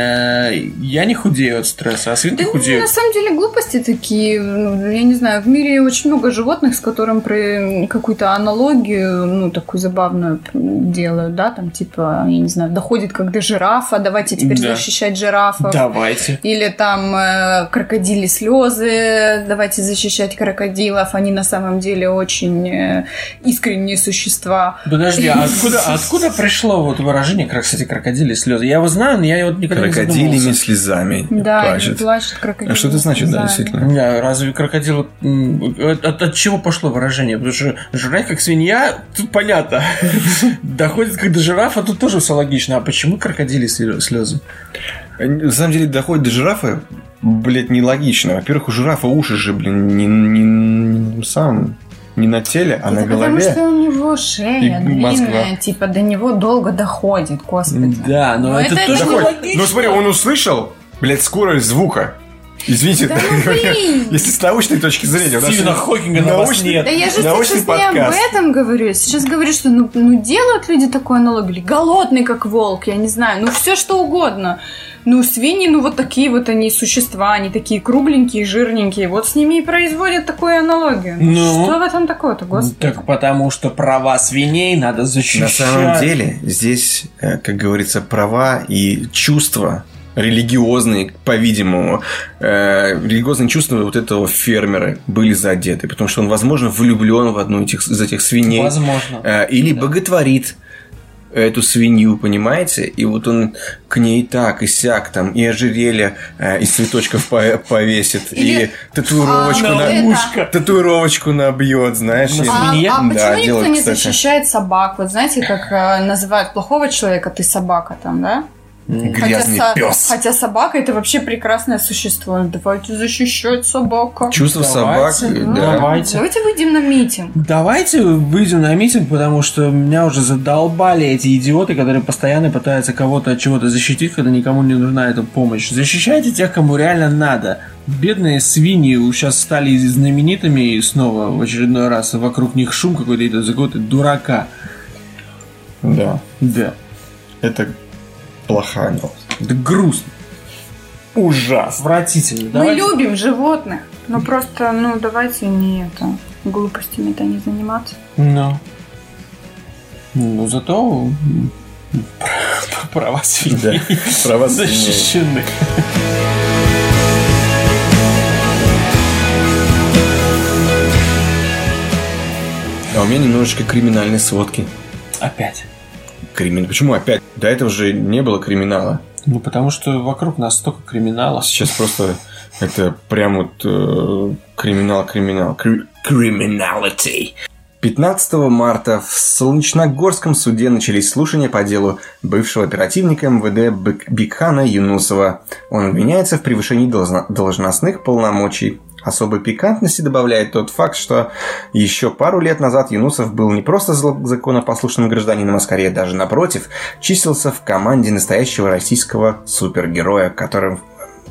я не худею от стресса, а свинки
Да не, на
худеют.
самом деле глупости такие, ну, я не знаю, в мире очень много животных, с которым при- какую-то аналогию, ну, такую забавную делают, да, там, типа, я не знаю, доходит как до жирафа, давайте теперь
Да.
защищать жирафа.
Давайте.
Или там э, крокодили слезы, давайте защищать крокодилов, они на самом деле очень э, искренние существа.
Подожди, а откуда, а откуда пришло вот выражение, как, кстати, крокодили слезы? Я его знаю, но я его никогда не
Крокодилями
задумывался.
слезами
Да, плачет,
плачет.
плачет крокодил.
А что это значит,
слезами.
да, действительно?
Не, разве крокодил... м, От, от- от чего пошло выражение? Потому что жрать как свинья, тут понятно. Доходит как до жирафа, тут тоже все логично. А почему крокодили слё- слезы?
На самом деле, доходит до жирафа, блядь, нелогично. Во-первых, у жирафа уши же, блин, не, не- не- сам, не на теле, а
Это
на голове.
Ну, потому что у него шея
И
длинная,
Москва.
типа до него долго доходит, господи.
Да, но
Ну,
это,
это-
тоже
это
Заходит.
нелогично.
Ну смотри, он услышал, блядь, скорость звука. Извините,
Да ну блин!
если с научной точки зрения. у нас
Стивена Хокинга на вас
научный-
нет.
Да я же
Научный
сейчас не об
подкаст.
этом говорю. Я Сейчас говорю, что ну, ну делают люди такую аналогию. Или голодный, как волк, я не знаю. Ну все что угодно. Ну свиньи, ну вот такие вот они существа. Они такие кругленькие, жирненькие. Вот с ними и производят такую аналогию.
Ну.
Что в этом такое-то, господи?
Так потому что права свиней надо защищать.
На самом деле, здесь, э, как говорится, права и чувства религиозные, по-видимому, э, религиозные чувства вот этого фермера были задеты, потому что он, возможно, влюблен в одну этих, из этих свиней.
Возможно.
Э, или
Да.
боготворит эту свинью, понимаете? И вот он к ней так и сяк, там, и ожерелье э, из цветочков по- повесит,
Или-
и татуировочку,
А,
на...
это-
ушко.
татуировочку набьет, знаешь?
На
и-
А,
свинье?
а почему
Да,
никто
делает,
не
кстати.
защищает собак? Вот знаете, как э, называют плохого человека, ты собака там, да?
Грязный
хотя, со-
пес.
хотя собака это вообще прекрасное существо. Давайте защищать собака.
Чувства собак,
Давайте,
э,
Ну,
да.
Давайте.
Давайте выйдем на митинг.
Давайте выйдем на митинг, потому что меня уже задолбали эти идиоты, которые постоянно пытаются кого-то от чего-то защитить, когда никому не нужна эта помощь. Защищайте тех, кому реально надо. Бедные свиньи сейчас стали знаменитыми и снова в очередной раз вокруг них шум какой-то идет за какого-то дурака.
Да.
Да.
Это плохая новость.
Да грустно.
Ужасно.
Отвратительно.
Мы
Давайте-
любим животных, но просто, ну, давайте не это глупостями-то не заниматься.
Ну. Ну, зато м, права свиньи
Права свиней.
защищены.
А у меня немножечко криминальной сводки.
Опять.
Кримин... Почему опять? До этого же не было криминала.
Ну, потому что вокруг нас столько криминала.
Сейчас просто это прям вот э, криминал, криминал. Криминалити. 15 марта в Солнечногорском суде начались слушания по делу бывшего оперативника МВД Бек- Бикхана Юнусова. Он обвиняется в превышении должно- должностных полномочий. Особой пикантности добавляет тот факт, что еще пару лет назад Юнусов был не просто зл- законопослушным гражданином, а скорее даже напротив, числился в команде настоящего российского супергероя, которым-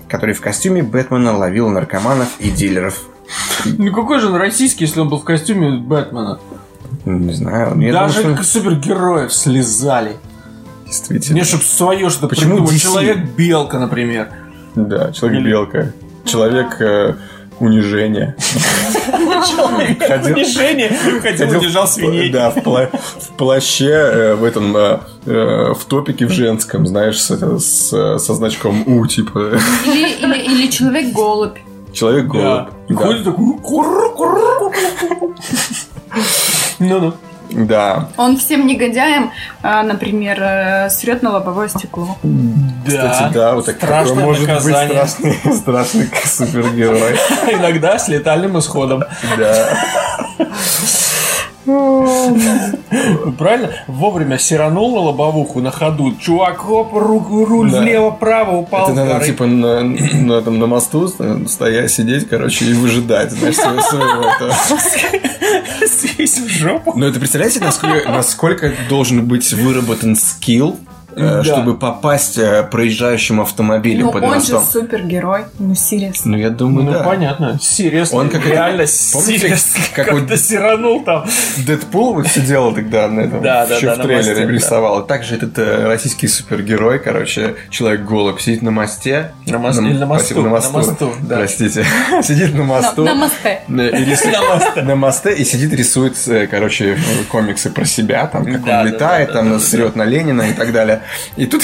который в костюме Бэтмена ловил наркоманов и дилеров.
Ну какой же он российский, если он был в костюме Бэтмена?
Не знаю, я
Даже
думаю,
к-
что
супергероев слезали.
действительно.
Мне чтоб свое что-то
Почему
придумал.
DC?
Человек-белка, например.
Да, человек-белка. Человек э, унижения. Ходил-
Унижение. Хотел, удержал свиней.
Да, в, пла- в плаще, э, в этом, э, э, в топике в женском, знаешь, с, это- с, э, со значком У, типа.
Или, или- или человек-голубь.
Человек-голубь.
Да. И
Да.
Ходит такой... «Ну, «Куру, куру, куру». Ну-ну.
Да.
Он всем негодяям, а, например, э, срет на лобовое стекло.
Кстати, да, вот так такой
Страшное
может
наказание.
быть страшный, страшный супергерой.
Иногда с летальным исходом.
Да.
Правильно? Вовремя сиранул на лобовуху на ходу. Чувак, хоп, руку, руль
Да.
влево-право упал.
Это надо
горы.
типа на, на, этом, на мосту стоять, сидеть, короче, и выжидать, знаешь, своего, своего этого.
Свесь в жопу.
Но это представляете, насколько, насколько должен быть выработан скилл, э,
Да.
чтобы попасть э, проезжающему автомобилю
Ну,
под
он же
мостом?
супергерой. Ну, серьезно.
Ну, я думаю,
Ну,
да.
понятно. Серьезно.
Он как-
реально
Помните,
серьезно.
как
Как
вот-
то сиранул там.
Дэдпул вот сидел тогда на этом,
Да, да,
еще
да,
в
на
трейлере
мосте, да.
рисовал. А Также этот э, российский супергерой, короче, человек-голубь, сидит на мосте.
На мос- или на мосту,
Спасибо, на
на
мосту.
мосту, да.
Простите. Сидит на
На,
мосту.
на мосте.
э, и рисует- На мосте и сидит, рисует, э, короче, э, комиксы про себя, там, как
Да,
он
да,
летает,
да, да,
там,
да, да.
срет на Ленина и так далее. И тут,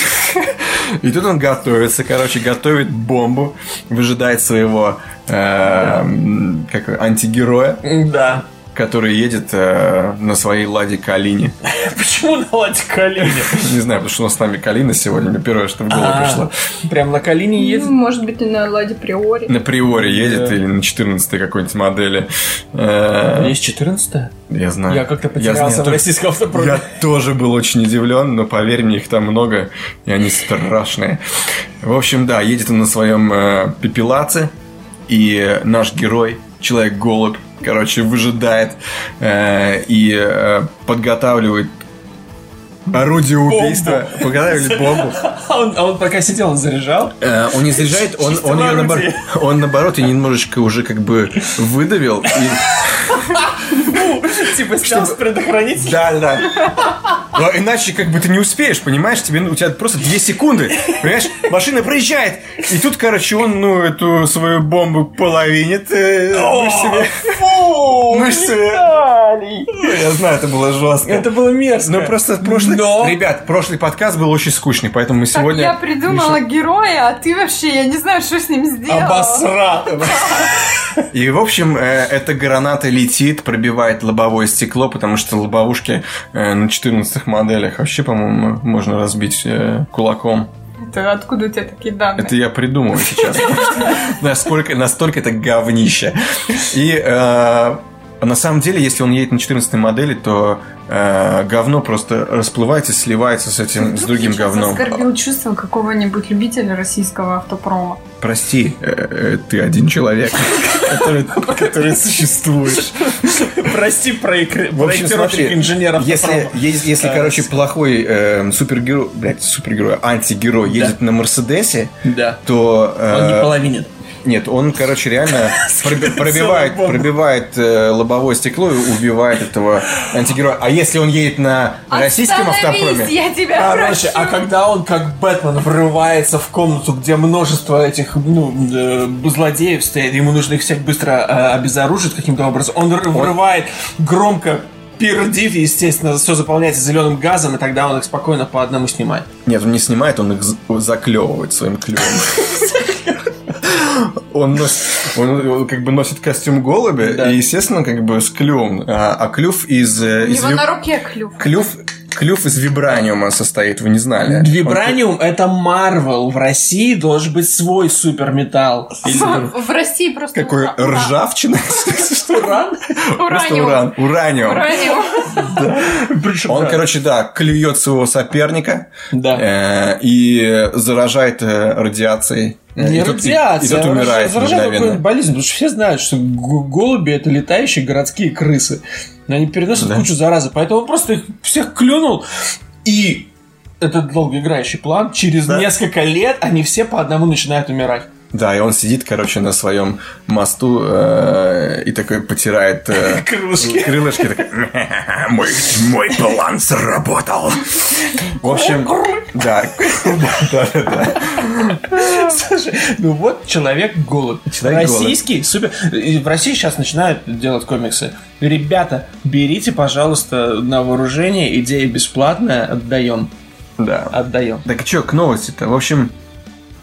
и тут он готовится, короче, готовит бомбу, выжидает своего э, м, как, антигероя,
Да.
который едет э, на своей ладе Калине.
Почему наладь колени?
Не знаю, потому что у нас с нами Калина сегодня, мне первое, что в голову
А.
пришло.
Прям на колени
Ну,
едет.
Может быть, и на Ладе Приори.
На Приоре едет
Да.
или на 14 какой-нибудь модели. Э,
Есть 14
Я знаю.
Я как-то
знаю,
потерялся в
только-
российском автопроме.
Я тоже был очень удивлен, но поверь мне, их там много, и они страшные. В общем, да, едет он на своем э, пепелаце, и э, наш герой, человек-голубь, короче, выжидает э, и э, подготавливает орудие убийства. Подготавливает бомбу.
А он, а он пока сидел, он заряжал.
Э, Он не заряжает, он,
Чисто
он, ее
в
наоборот,
орудии.
он наоборот ее немножечко уже как бы выдавил. и-
Типа снял с предохранителя.
Да, да. Но иначе как бы ты не успеешь, понимаешь? Тебе, ну, у тебя просто две секунды, понимаешь? Машина проезжает. И тут, короче, он, ну, эту свою бомбу половинит. э,
О,
себе.
фу! О,
Мышцы.
Виталий!
Я знаю, это было жестко.
Это было мерзко.
Ну просто прошлый...
Но-
Ребят, прошлый подкаст был очень скучный, поэтому мы
Так,
сегодня...
я придумала героя, а ты вообще, я не знаю, что с ним сделала.
Обосрато.
И, в общем, э, эта граната летит, пробивает лобовое стекло, потому что лобовушки э, на 14 моделях вообще, по-моему, можно разбить э, кулаком.
Это откуда у тебя такие данные?
Это я придумываю сейчас. потому что Насколько, настолько это говнище. И э, на самом деле, если он едет на 14 модели, то э, говно просто расплывается, сливается с этим, с
Вдруг
другим
я сейчас
говном.
оскорбил чувство какого-нибудь любителя российского автопрома.
Прости, э, э, ты один человек, который- который существует.
Прости проекр-
В общем,
проектировщик
смотри,
инженеров.
Если, если, если,
Да.
короче, плохой э, супергерой, блядь, супергерой, антигерой едет на Мерседесе,
Да.
то... э,
Он не половинит.
нет, он, короче, реально проби- пробивает,
бомбу.
пробивает э, лобовое стекло и убивает этого антигероя. А если он едет на российском
Остановись,
автопроме... ну
я тебя прошу.
Короче, а когда он как Бэтмен врывается в комнату, где множество этих ну, э, злодеев стоит, ему нужно их всех быстро э, обезоружить каким-то образом, он ры- врывает громко пердит, и, естественно, все заполняется зеленым газом, и тогда он их спокойно по одному снимает.
Нет, он не снимает, он их з- заклевывает своим клювом. Он, носит, он, э, как бы носит костюм голубя,
Да.
и, естественно, как бы с клювом. А, а клюв из... э,
У
из
него
виб-
на руке клюв.
Клюв, клюв из вибраниума состоит, вы не
Э,
знали.
Вибраниум — это Марвел. В России должен быть свой суперметалл.
В, в России
Он
просто...
Какой
А, ура-
ржавчина.
Уран?
Просто
Ураниум.
уран. Ураниум.
Ураниум.
Причем
Он, короче, да, клюет своего соперника
да.
э, и заражает э, радиацией. Э,
Не
и тот- и-
радиация,
И тот умирает
заражает какую-нибудь
мгновенно.
болезнь, потому что все знают, что г- голуби это летающие городские крысы. Но они переносят
Да.
кучу заразы, поэтому он просто их всех клюнул. И этот долгоиграющий план, через
Да.
несколько лет они все по одному начинают умирать.
Да, и он сидит, короче, на своем мосту э, и такой потирает э,
Крылышки.
крылышки. такой, «Мя, Мой, мой план сработал. В общем, да, да, да, да.
Слушай, ну вот человек-голубь.
Человек-голубь.
Российский, супер. И в России сейчас начинают делать комиксы. Ребята, берите, пожалуйста, на вооружение. Идея бесплатная. Отдаем.
Да.
Отдаем.
Так что, к новости-то? В общем,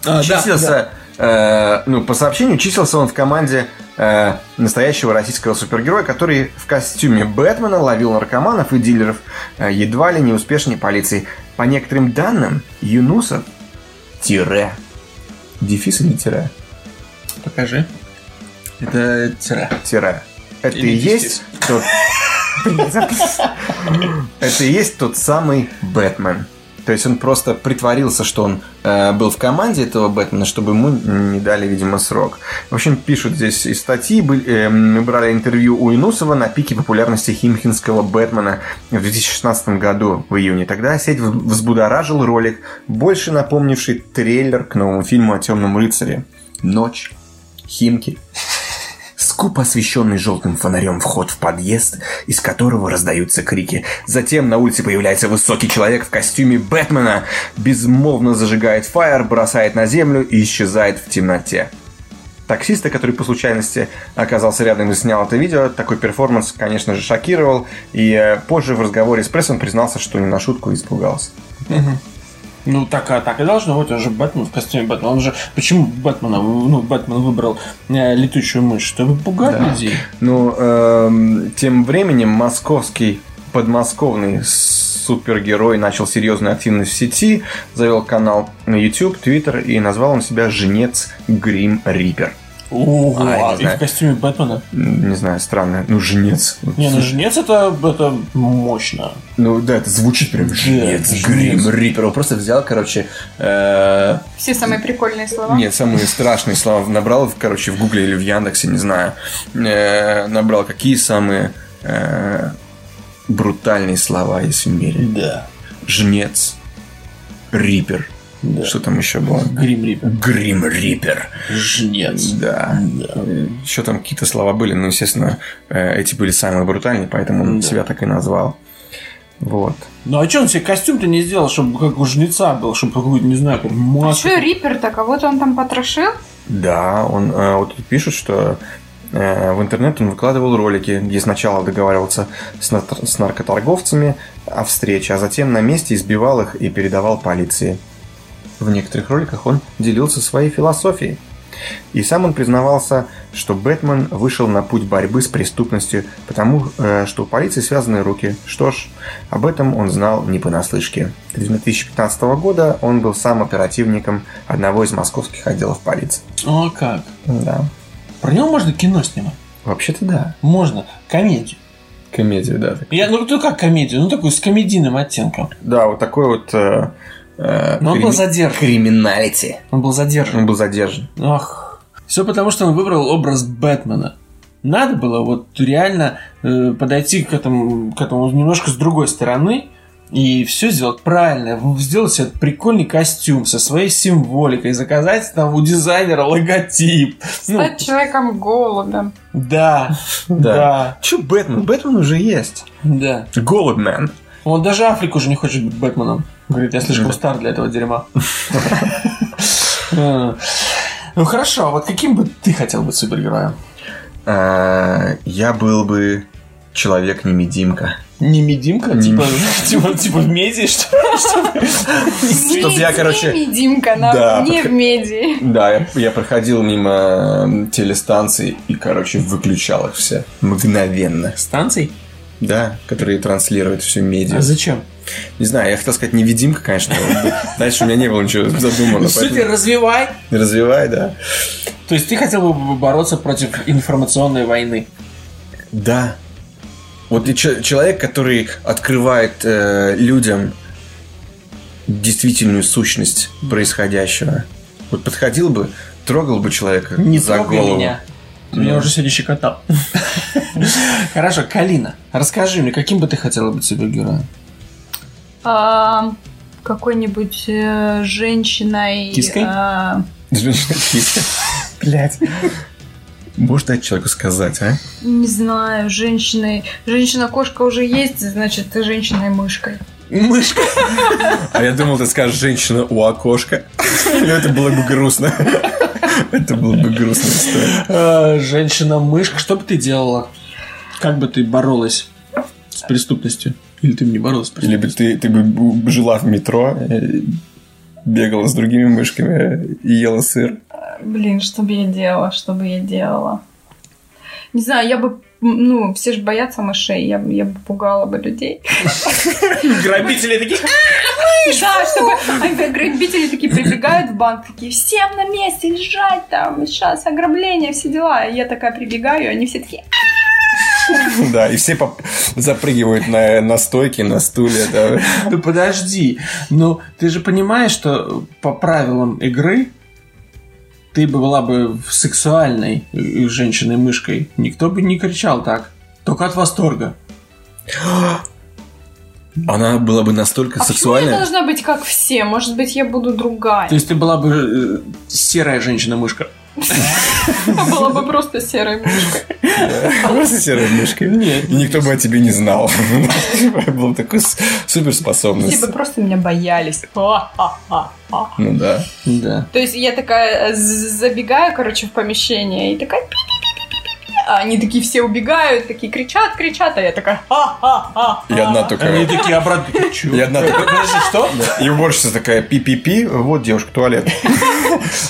А, да,
числился, э, ну, по сообщению, числился он в команде э, настоящего российского супергероя, который в костюме Бэтмена ловил наркоманов и дилеров э, едва ли не успешней полиции. По некоторым данным, Юнусов тире. Дефис или тире?
да. Покажи. Это тире.
Тире. Это
Или
и
дефис.
есть тот... Блин, запись. Это и есть тот самый Бэтмен. То есть он просто притворился, что он э, был в команде этого Бэтмена, чтобы ему не дали, видимо, срок. В общем, пишут здесь из статьи. были- э, мы брали интервью у Инусова на пике популярности химкинского Бэтмена в 2016 году, в июне. Тогда сеть в- взбудоражил ролик, больше напомнивший трейлер к новому фильму о темном рыцаре. Ночь. Химки. Скупо освещенный желтым фонарем вход в подъезд, из которого раздаются крики. Затем на улице появляется высокий человек в костюме Бэтмена, безмолвно зажигает фаер, бросает на землю и исчезает в темноте. Таксиста, который по случайности оказался рядом и снял это видео, такой перформанс, конечно же, шокировал, и э, позже в разговоре с прессом признался, что не на шутку испугался.
Ну, так, а так и должно быть. Он же Бэтмен в костюме Бэтмена. Он же... Почему Бэтмена, ну, Бэтмен выбрал э, летучую мышь? Чтобы пугать
Да.
людей.
Ну, эм, тем временем московский подмосковный супергерой начал серьезную активность в сети, завел канал на YouTube, Twitter и назвал он себя «Женец Грим Рипер».
Ого,
А, я не
а, и
знаю.
в костюме Бэтмена.
М, Не знаю, странно. Ну, «Женец».
Не, ну, жнец это, это мощно.
Ну, да, это звучит прям «Женец
«Женец».
Грим Рипер». Он просто взял, короче, э,
Все самые прикольные слова.
Нет, самые страшные слова набрал, в- короче, в Гугле или в Яндексе, не знаю. Э, набрал, какие самые э, брутальные слова есть в мире.
Да.
Жнец. Рипер.
да.
Что там еще было?
Грим Риппер.
Грим Рипер.
Жнец.
Да. Еще там какие-то слова были, но, естественно, э, эти были самые брутальные, поэтому он
Да.
себя так и назвал. Вот.
Ну а че он себе костюм-то не сделал, чтобы как у жнеца был, чтобы какую-то, не знаю, как
ну а
маску.
а Что, Риппер-то кого-то он там потрошил?
Да, он э, вот тут пишет, что в интернет он выкладывал ролики, где сначала договаривался с, на- с наркоторговцами о встрече, а затем на месте избивал их и передавал полиции. В некоторых роликах он делился своей философией. И сам он признавался, что Бэтмен вышел на путь борьбы с преступностью, потому э, что у полиции связаны руки. Что ж, об этом он знал не понаслышке. С 2015 года он был сам оперативником одного из московских отделов полиции.
О, А как.
Да.
Про него можно кино снимать?
Вообще-то да.
Можно. Комедию.
Комедию, да.
Я, ну, ну как комедию? Ну такую с комедийным оттенком.
Да, вот такой вот... э, э,
Но Ну, он был
крими-
задержан.
Криминалити.
Он был задержан.
Он был задержан.
Ну, Ах. Все потому, что он выбрал образ Бэтмена. Надо было вот реально э, подойти к этому, к этому немножко с другой стороны и все сделать правильно. В- Сделать себе прикольный костюм со своей символикой, заказать там у дизайнера логотип. Ну,
Стать человеком голодом.
да, да,
Че Бэтмен? Бэтмен уже есть.
да.
Голодмен.
Он даже Африку уже не хочет быть Бэтменом. Говорит, я слишком
Да.
стар для этого дерьма. Ну хорошо, а вот каким бы ты хотел быть супергероем?
А, Я был бы человек-немедимка.
Не медимка?
Не
Типа, типа, типа в меди, что ли? Что ли?
Чтоб я,
Меди,
короче,
Медимка, нам
да,
не
подх-
в меди.
Да, я, я проходил мимо э, телестанций и, короче, выключал их все. Мгновенно.
Станций?
Да, которые транслируют всю медиа.
А зачем?
Не знаю, я хотел сказать невидимка, конечно. но Дальше у меня не было ничего
Ну,
задумано.
Супер, развивай!
поэтому Развивай, да.
То есть ты хотел бы бороться против информационной войны?
Да. Вот и че- человек, который открывает э, людям действительную сущность происходящего. Вот подходил бы, трогал бы человека
Не
за
трогай
голову.
меня. Ты Меня
Ну.
уже сегодня щекотал. Хорошо, Калина, расскажи мне, каким бы ты хотела быть супергероем?
А, какой-нибудь э, женщиной...
Киской?
а,
Женщина-киска.
Блять.
Можешь дать человеку сказать, а?
не знаю, женщиной... Женщина-кошка уже есть, значит, ты женщиной-мышкой.
Мышка.
А я думал, ты скажешь женщина у окошка. Ну, Это было бы грустно. Это было бы грустно.
Э, Женщина-мышка. Что бы ты делала? Как бы ты боролась с преступностью? Или ты бы не боролась с
Или
преступностью?
бы ты, ты бы жила в метро, э, бегала с другими мышками и ела сыр.
Блин, что бы я делала, что бы я делала? Не знаю, я бы... м, Ну, все же боятся мышей, я, бы- я бы пугала бы людей.
Грабители такие...
Да, чтобы а, грабители такие прибегают в банк, такие, всем на месте лежать там, сейчас ограбление, все дела. И я такая прибегаю, и они все такие,
Да, и все поп- запрыгивают на, на стойки, на стуле. да.
Ну подожди, ну ты же понимаешь, что по правилам игры ты бы была бы в сексуальной э, женщиной-мышкой. Никто бы не кричал так. Только от восторга.
Она была бы
а
настолько
почему я
сексуальная.
должна быть как все? Может быть, я буду другая?
То есть ты была бы э, серая женщина-мышка.
Я была бы просто серой мышкой.
Просто серой мышкой.
Нет.
И никто бы о тебе не знал. Была бы такой с- суперспособность.
Все бы просто меня боялись. Ха-ха-ха.
Ну да.
Да.
То есть я такая э, з- забегаю, короче, в помещение, и такая пи-пи-пи-пи-пи-пи. а они такие все убегают, такие кричат, кричат, а я такая ха-ха-ха.
И одна только...
Они такие обратно. такие, «Чё?»
И одна такая-
Подожди, что?
И уборщица такая, пи-пи-пи, вот девушка, туалет.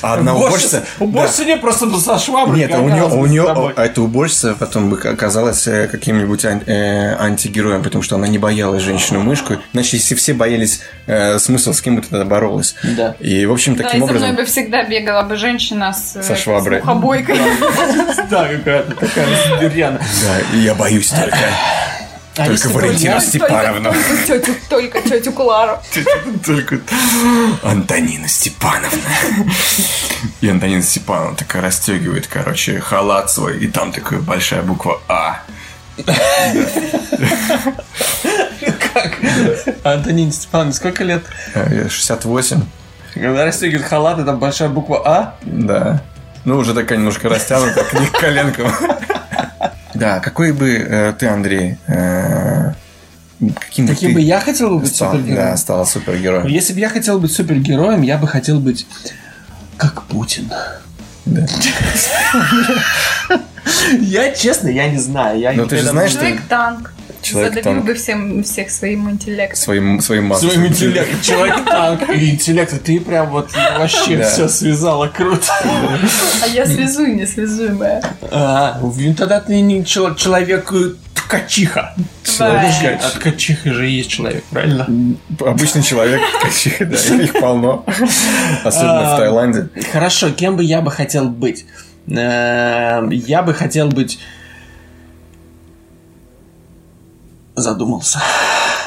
А одна уборщица...
Уборщица просто со
да.
шваброй.
Нет, а у нее, у
оказалась с тобой.
нее эта уборщица потом бы оказалась э, каким-нибудь ан- э, антигероем, потому что она не боялась женщину-мышку. Значит, если все боялись, э, смысл с кем бы ты тогда боролась.
Да.
И, в общем,
Да,
таким
и со мной
образом...
бы всегда бегала бы женщина с, э,
Со шваброй.
с мухобойкой.
Да, какая-то такая дыряна.
Да, и я боюсь только.
А
Только
если бы
Валентина
я-
Степановна.
Только тетю, только тетю Клару.
Только Антонина Степановна. И Антонина Степановна такая расстегивает, короче, халат свой, и там такая большая буква А.
Как? Антонина Степановна, сколько лет?
Э, 68.
Когда расстегивает халат, и там большая буква А.
Да. Ну, уже такая немножко растянута к них коленкам. Да, какой бы э, ты, Андрей, э, каким бы
Каким бы
Ну ты
я хотел быть
стал, да,
супергероем?
стала супергероем?
Если бы я хотел быть супергероем, я бы хотел быть как Путин.
Да.
Я, честно, я не знаю. Я
Но Ну ты же
никогда-
знаешь, что
Человек-танк.
Человек-танк.
Задавил бы всем, всех своим интеллектом.
своим, своим массом.
Своим интеллектом. Человек-танк и интеллект. Ты прям вот вообще
Да.
все связала круто.
А я слезу неслезуемая.
А, ну тогда ты не чело- человек э, ткачиха. Подожди, а ткачиха же есть человек, правильно?
Обычный человек, ткачиха, да, их полно. Особенно в
А.
Таиланде.
Хорошо, кем бы я бы хотел быть? Эм, Я бы хотел быть... Задумался.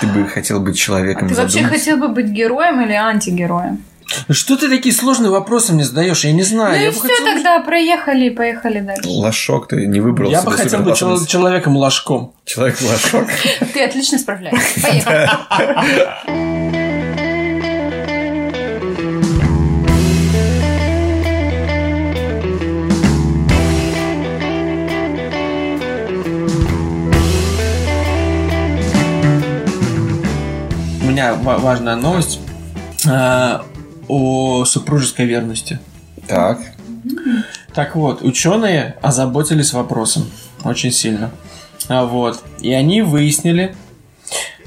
Ты бы хотел быть человеком.
Ты вообще
задумался?
хотел бы быть героем или антигероем?
Что ты такие сложные вопросы мне задаешь? Я не знаю.
ну
я
и
бы
все
хотел-
тогда, проехали и поехали дальше.
Лошок ты не выбрал
Я
себе
бы хотел быть
суперспособность.
чело- человеком-ложком.
Человек лошок.
Ты отлично справляешься. Поехали.
У меня ва- важная новость э, о супружеской верности.
Так.
Так вот, ученые озаботились вопросом очень сильно. А, Вот. И они выяснили,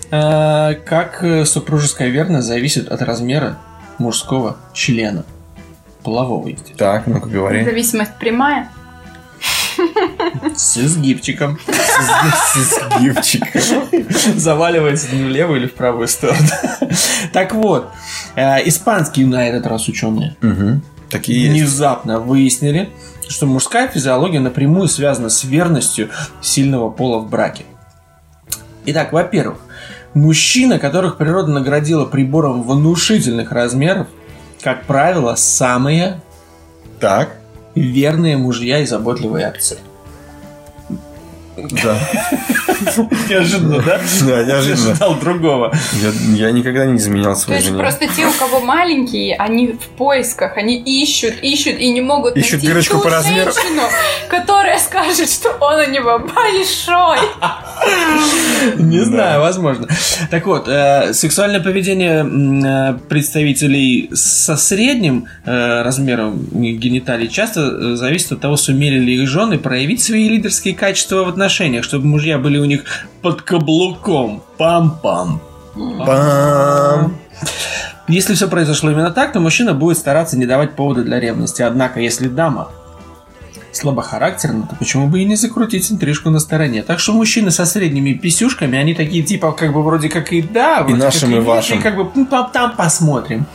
э, как э, супружеская верность зависит от размера мужского члена. Полового, естественно.
Так, ну-ка говори.
Зависимость прямая.
С изгибчиком.
Сгибчик.
Заваливается не в левую или в правую сторону. Так вот, э, испанские на этот раз ученые
Мгм. Такие есть.
внезапно выяснили, что мужская физиология напрямую связана с верностью сильного пола в браке. Итак, во-первых, мужчины, которых природа наградила прибором внушительных размеров, как правило, самые
Так.
верные мужья и заботливые отцы.
Да.
Неожиданно, да?
Да, неожиданно.
Ожидал другого.
Я, я никогда не изменял
То
своей
есть
жене.
просто те, у кого маленькие, они в поисках, они ищут, ищут и не могут
Ищут
найти
дырочку
ту
по размеру.
женщину, которая скажет, что он у него большой.
Не
Да.
знаю, возможно. Так вот, э, сексуальное поведение м, э, представителей со средним э, размером гениталий часто э, зависит от того, сумели ли их жены проявить свои лидерские качества в отношениях, чтобы мужья были у них под каблуком. Пам-пам.
Пам.
Эм, Если все произошло именно так, то мужчина будет стараться не давать повода для ревности. Однако, если дама слабохарактерна, то почему бы и не закрутить интрижку на стороне? Так что мужчины со средними писюшками, они такие типа, как бы вроде как и да, вроде
нашим,
как
и
нет,
вашим.
как бы ну, там, там посмотрим.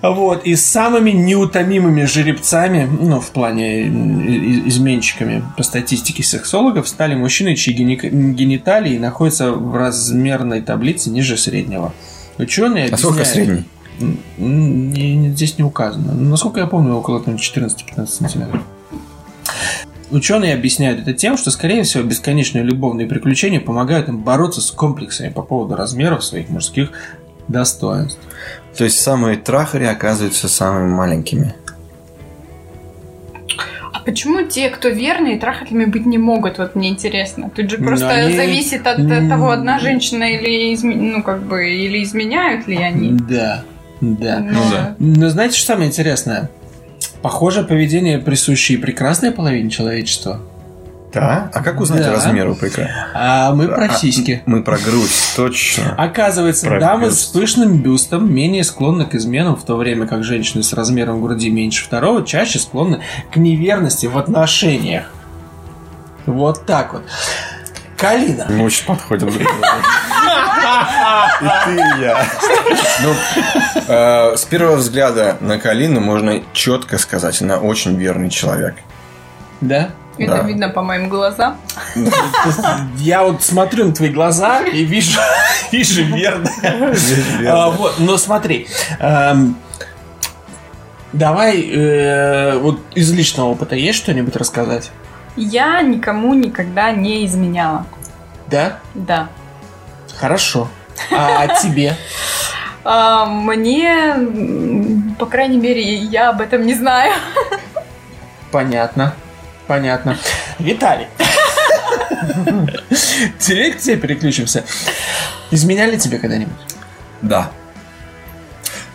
Вот, и с самыми неутомимыми жеребцами, ну, в плане м, и- и- изменщиками по статистике сексологов, стали мужчины, чьи гени- гениталии находятся в размерной таблице ниже среднего. Ученые
А сколько
объясняют-
средний?
М, м, не- не- здесь не указано. Но, Насколько я помню, около там, 14-15 сантиметров. Ученые объясняют это тем, что, скорее всего, бесконечные любовные приключения помогают им бороться с комплексами по поводу размеров своих мужских достоинств.
То есть самые трахари оказываются самыми маленькими.
А почему те, кто верные, трахателями быть не могут? Вот мне интересно. Тут же
Ну,
просто
они-
зависит от э, того, одна женщина или изме- ну как бы или изменяют ли они.
Да, да.
Но-
ну да.
Но знаете, что самое интересное? Похоже, поведение присуще и прекрасной половине человечества.
Да? А как узнать
Да.
размер у прикра?
А мы про
А,
сиськи.
Мы про грудь, точно.
Оказывается,
Про
дамы
бюст.
с пышным бюстом менее склонны к изменам, в то время как женщины с размером груди меньше второго чаще склонны к неверности в отношениях. Вот так вот. Калина.
Мы очень подходим друг к другу. И ты, и я. Ну, э, с первого взгляда на Калину можно четко сказать, она очень верный человек.
Да?
Это
Да.
видно по моим глазам.
Я вот смотрю на твои глаза и вижу, вижу верно. А, вот, но смотри. эм, Давай, э, вот из личного опыта есть что-нибудь рассказать?
Я никому никогда не изменяла.
Да?
Да.
Хорошо. А тебе?
А, мне, м, по крайней мере, я об этом не знаю.
Понятно. Понятно. Виталий. Директ тебе переключимся. Изменяли тебе когда-нибудь?
Да.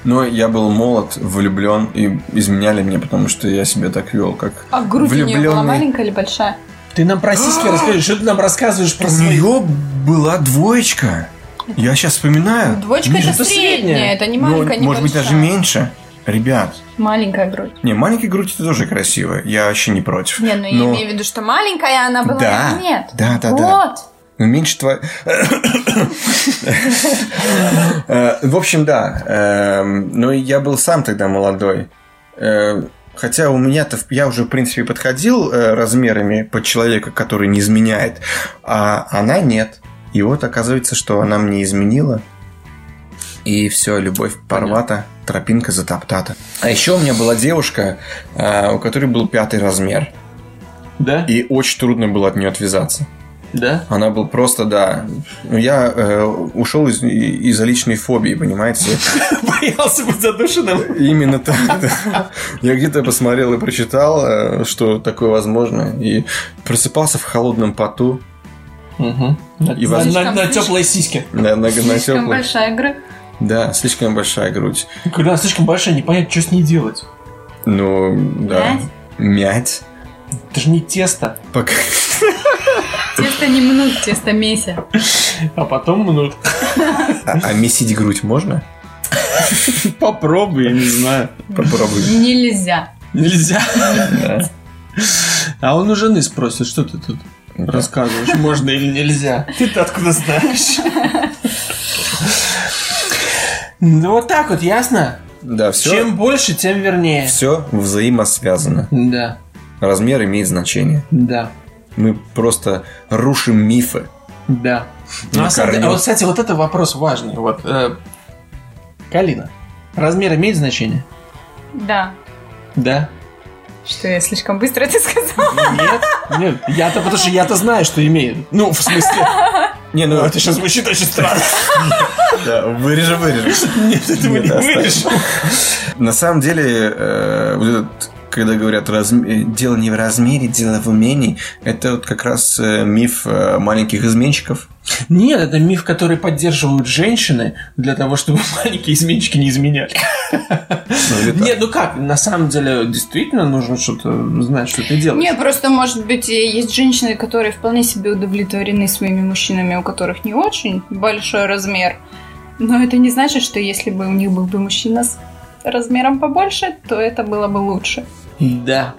Но я был молод, влюблен и изменяли мне, потому что я себя так вел, как
А грудь у нее была
Влюблённый.
маленькая или большая?
Ты нам про сиськи расскажешь, что ты нам рассказываешь про
У
свои...
нее была двоечка. Я сейчас вспоминаю.
Ну, Двоечка
Миша,
это
это
средняя,
средняя.
это не
ну,
маленькая, не
Может быть, даже
большая.
меньше. Ребят,
Маленькая грудь.
не, маленькие грудь это тоже красиво. Я вообще не против.
Не, ну я
Но-
имею в виду, что маленькая она была.
Да.
а Нет.
Да, да,
вот.
да. Ну, меньше твоя... Э, В общем, да. Эм, Но я был сам тогда молодой. Э, Хотя у меня-то... в- Я уже, в принципе, подходил э, размерами под человека, который не изменяет. А она нет. И вот оказывается, что она мне изменила. И все, любовь порвата, тропинка затоптата. А еще у меня была девушка, э, у которой был пятый размер.
Да?
И очень трудно было от нее отвязаться.
Да?
Она был просто, да. Ну, я э, ушел из, и- из-за личной фобии, понимаете?
Боялся быть задушенным.
Именно так. да. Я где-то посмотрел и прочитал, э, что такое возможно. И просыпался в холодном поту.
Угу.
И
На,
воз-
на- на теплой сиське.
На, на, на
Слишком
тёплой-
большая грудь.
Да, слишком большая грудь.
Когда она слишком большая, непонятно, что с ней делать.
Ну, да. Мять.
Это же не тесто.
Пока...
Тесто не минут, тесто меся.
А потом мнут.
А, а месить грудь можно?
Попробуй, я не знаю.
Попробуй.
Нельзя.
Нельзя. А он у жены спросит, что ты тут рассказываешь, можно или нельзя. Ты-то откуда знаешь? Ну вот так вот, ясно?
Да, все.
Чем больше, тем вернее.
Все взаимосвязано.
Да,
Размер имеет значение.
да,
Мы просто рушим мифы.
да. Ну,
На
а, кстати,
корню.
а вот, кстати, вот это вопрос важный. Вот, э, Калина, размер имеет значение?
Да.
Да.
Что я слишком быстро это сказала?
Нет, нет. Я-то, потому что я-то знаю, что имеет. Ну, в смысле,
Не, ну
это сейчас звучит очень странно.
Да, вырежи, вырежи.
Нет, этого
Нет,
не
оставь.
вырежешь.
На самом деле, э, вот этот, когда говорят, разм- э, дело не в размере, дело в умении, это вот как раз э, миф э, маленьких изменщиков.
Нет, это миф, который поддерживают женщины для того, чтобы маленькие изменщики не изменяли.
Ну, или так.
Нет, ну как, на самом деле, действительно нужно что-то знать, что ты делаешь.
Не, просто, может быть, и есть женщины, которые вполне себе удовлетворены своими мужчинами, у которых не очень большой размер. Но это не значит, что если бы у них был бы мужчина с размером побольше, то это было бы лучше.
Да.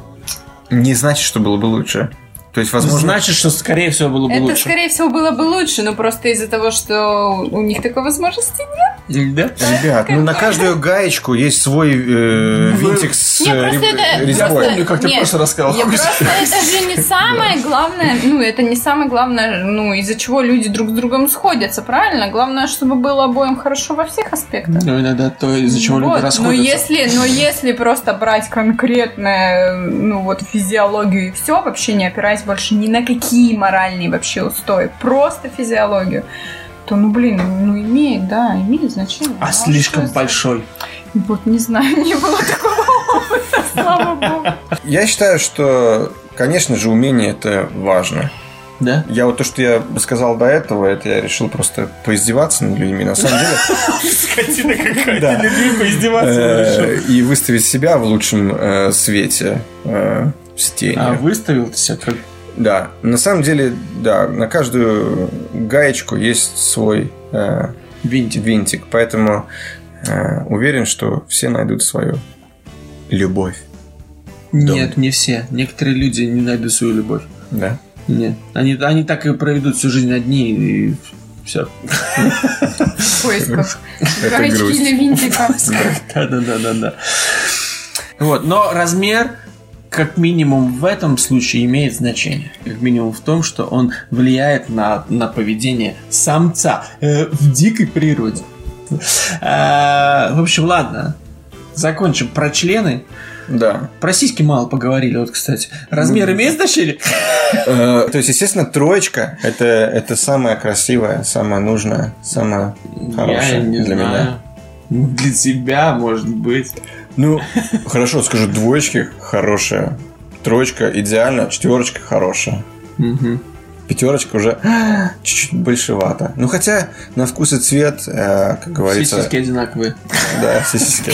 Не значит, что было бы лучше. То есть,
Возможно,
возможно...
значит, что, скорее всего, было бы
это,
лучше.
скорее всего, было бы лучше, но просто из-за того, что у них такой возможности нет.
Да.
Ребят, ну на каждую гаечку есть свой э,
Вы-
винтик с
Не,
э,
просто
рез-
это-
Я
резьбой.
помню, как ты в
Нет.
прошлый раз сказал.
Я просто это же не самое главное, ну, это не самое главное, ну, из-за чего люди друг с другом сходятся, правильно? Главное, чтобы было обоим хорошо во всех аспектах.
Ну, иногда то, из-за чего
Вот,
люди
но
расходятся.
если, но если просто брать конкретно, ну вот физиологию и все, вообще не опираясь больше ни на какие моральные вообще устои, просто физиологию, то, ну блин, ну имеет, да, имеет значение.
А
Да,
слишком
что-
большой.
Вот не знаю, не было такого опыта, слава богу.
Я считаю, что, конечно же, умение это важно.
Да?
Я вот то, что я сказал до этого, это я решил просто поиздеваться над людьми. На самом деле,
Скотина
Да.
какая-то. типа Любви поиздеваться.
Э, и выставить себя в лучшем э, свете э, с тенью.
А выставил ты себя как...
Да, на самом деле, да, на каждую гаечку есть свой э,
Винтик.
винтик, поэтому э, уверен, что все найдут свою любовь.
Нет, не все. Некоторые люди не найдут свою любовь.
Да.
Нет. Они, они так и проведут всю жизнь одни и все.
В поисках.
Это
Гаечки
грусть.
или винтика.
Да-да-да-да-да. Вот, но размер как минимум в этом случае имеет значение. Как минимум в том, что он влияет на, на поведение самца э, в дикой природе. А, в общем, ладно. Закончим про члены.
Да.
Про сиськи мало поговорили, вот, кстати. Размер
Ну,
имеет значение?
Э, то есть, естественно, троечка это, это самое красивое, самое нужное, самое. Хороший для меня.
меня. Для тебя, может быть.
Ну, хорошо, скажу, двоечки хорошая, троечка идеально, четверочка хорошая.
Мгм.
пятерочка уже чуть-чуть большевато. Ну хотя на вкус и цвет, э, как
Все
говорится,
сиськи одинаковые.
да, сосиски.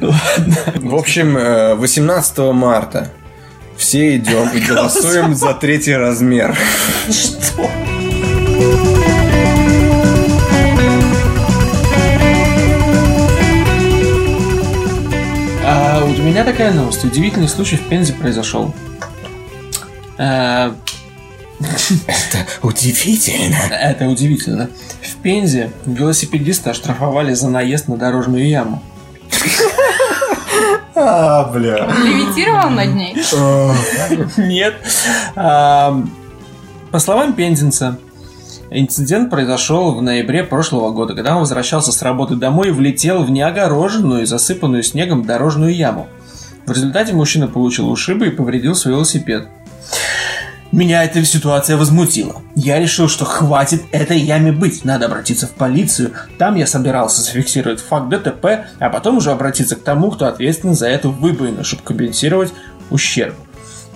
Ну, В общем, э, 18 марта все идем и голосуем за третий размер.
А у меня такая новость. Удивительный случай в Пензе произошел. А,
Удивительно.
Это удивительно. В Пензе велосипедиста оштрафовали за наезд на дорожную яму.
А, бля.
Левитировал над ней?
А.
Нет. А, По словам пензенца, инцидент произошел в ноябре прошлого года, когда он возвращался с работы домой и влетел в неогороженную, и засыпанную снегом дорожную яму. В результате мужчина получил ушибы и повредил свой велосипед. Меня эта ситуация возмутила. Я решил, что хватит этой яме быть, надо обратиться в полицию. Там я собирался зафиксировать факт ДТП, а потом уже обратиться к тому, кто ответственен за эту выбоину, чтобы компенсировать ущерб.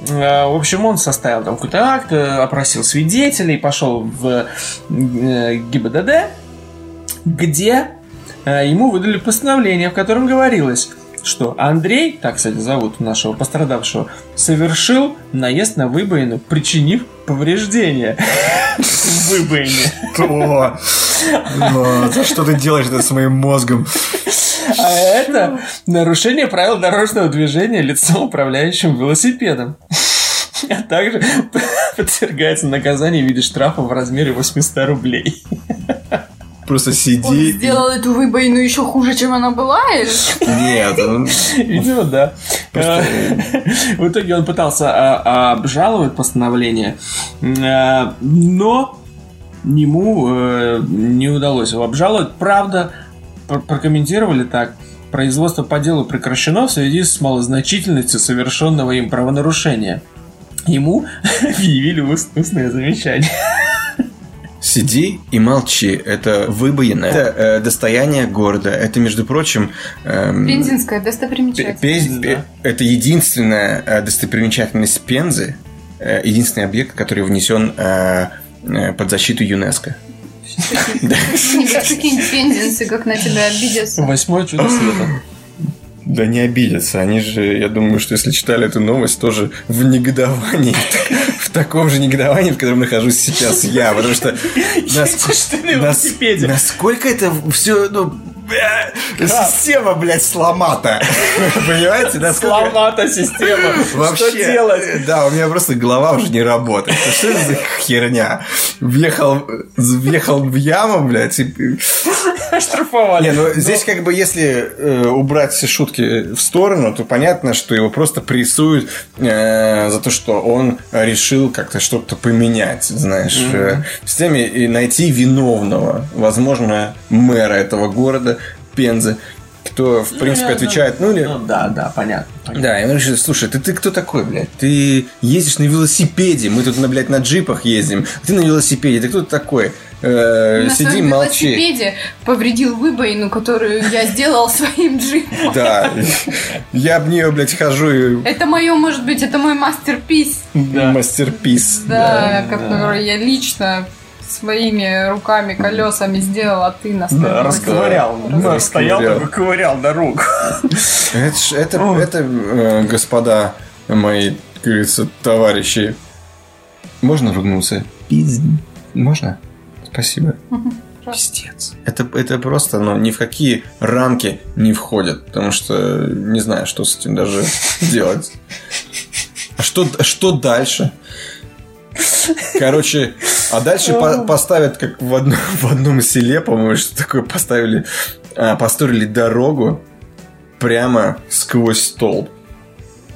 Э, В общем, он составил там какой-то акт, э, опросил свидетелей, пошел в э, ГИБДД, где э, ему выдали постановление, в котором говорилось, что Андрей, так, кстати, зовут нашего пострадавшего, совершил наезд на выбоину, причинив повреждения выбоине.
Что? Ну, за что ты делаешь это с моим мозгом?
А это нарушение правил дорожного движения лицом, управляющим велосипедом. А также подвергается наказание в виде штрафа в размере 800 рублей.
Просто
Он
сиди. и-
сделал эту выбоину еще хуже, чем она была? или что?
Нет, он-
Видимо, да.
Просто-
Э, В итоге он пытался а, а, обжаловать постановление, э, но ему э, не удалось его обжаловать. Правда, пр- прокомментировали так. Производство по делу прекращено в связи с малозначительностью совершенного им правонарушения. Ему объявили уст- устное замечание.
Сиди и молчи. Это выбоина. Это э, достояние города. Это, между прочим... эм,
Пензенская
Пе-
достопримечательность.
Пензь-
Да.
пе- Это единственная э, достопримечательность Пензы, э, единственный объект, который внесен э, э, под защиту ЮНЕСКо.
Нибудь какие-нибудь пензенцы, как на тебя обидятся.
Восьмое чудо света.
Да не обидятся, они же, я думаю, что если читали эту новость, тоже в негодовании, в таком же негодовании, в котором нахожусь сейчас я, потому что нас-
Что на
нас-
велосипеде?
насколько это все, ну, э, система, блядь, сломата, понимаете, насколько...
Сломата система.
Вообще,
Что делать?
Да, у меня просто голова уже не работает. Что это за херня? Въехал, въехал в яму, блядь. и-
Штрафовали.
Не, ну здесь как бы если э, убрать все шутки в сторону, то понятно, что его просто прессуют э, за то, что он решил как-то что-то поменять, знаешь, э, в системе и найти виновного, возможно, мэра этого города Пензы, кто в принципе
реально.
отвечает, ну или
Ну да, да, понятно. понятно.
да, и он решил, слушай, ты, ты кто такой, блядь? Ты ездишь на велосипеде, мы тут, на, блядь, на джипах ездим, а ты на велосипеде, ты кто такой? Э,
На
сиди,
своем
молчи.
велосипеде повредил выбоину, которую я сделал своим джипом.
Да, я об нее, блядь, хожу и
Это мое, может быть, это мой мастер-пис,
мастерпис.
да,
Да,
который я лично своими руками, колесами сделала, а ты на
Да,
своём
расковырял.
велосипеде.
Ну,
Расковырял.
Стоял такой, ковырял дорогу.
Это, ж- это,
Ой.
это, э, господа мои, как говорится, товарищи. Можно ругнуться? Можно? Спасибо. Пиздец. Это, это просто, ну, ни в какие рамки не входит, потому что не знаю, что с этим даже делать. А что, что дальше? Короче, а дальше по- поставят, как в, одно- в одном селе, по-моему, что такое, поставили, а, построили дорогу прямо сквозь столб.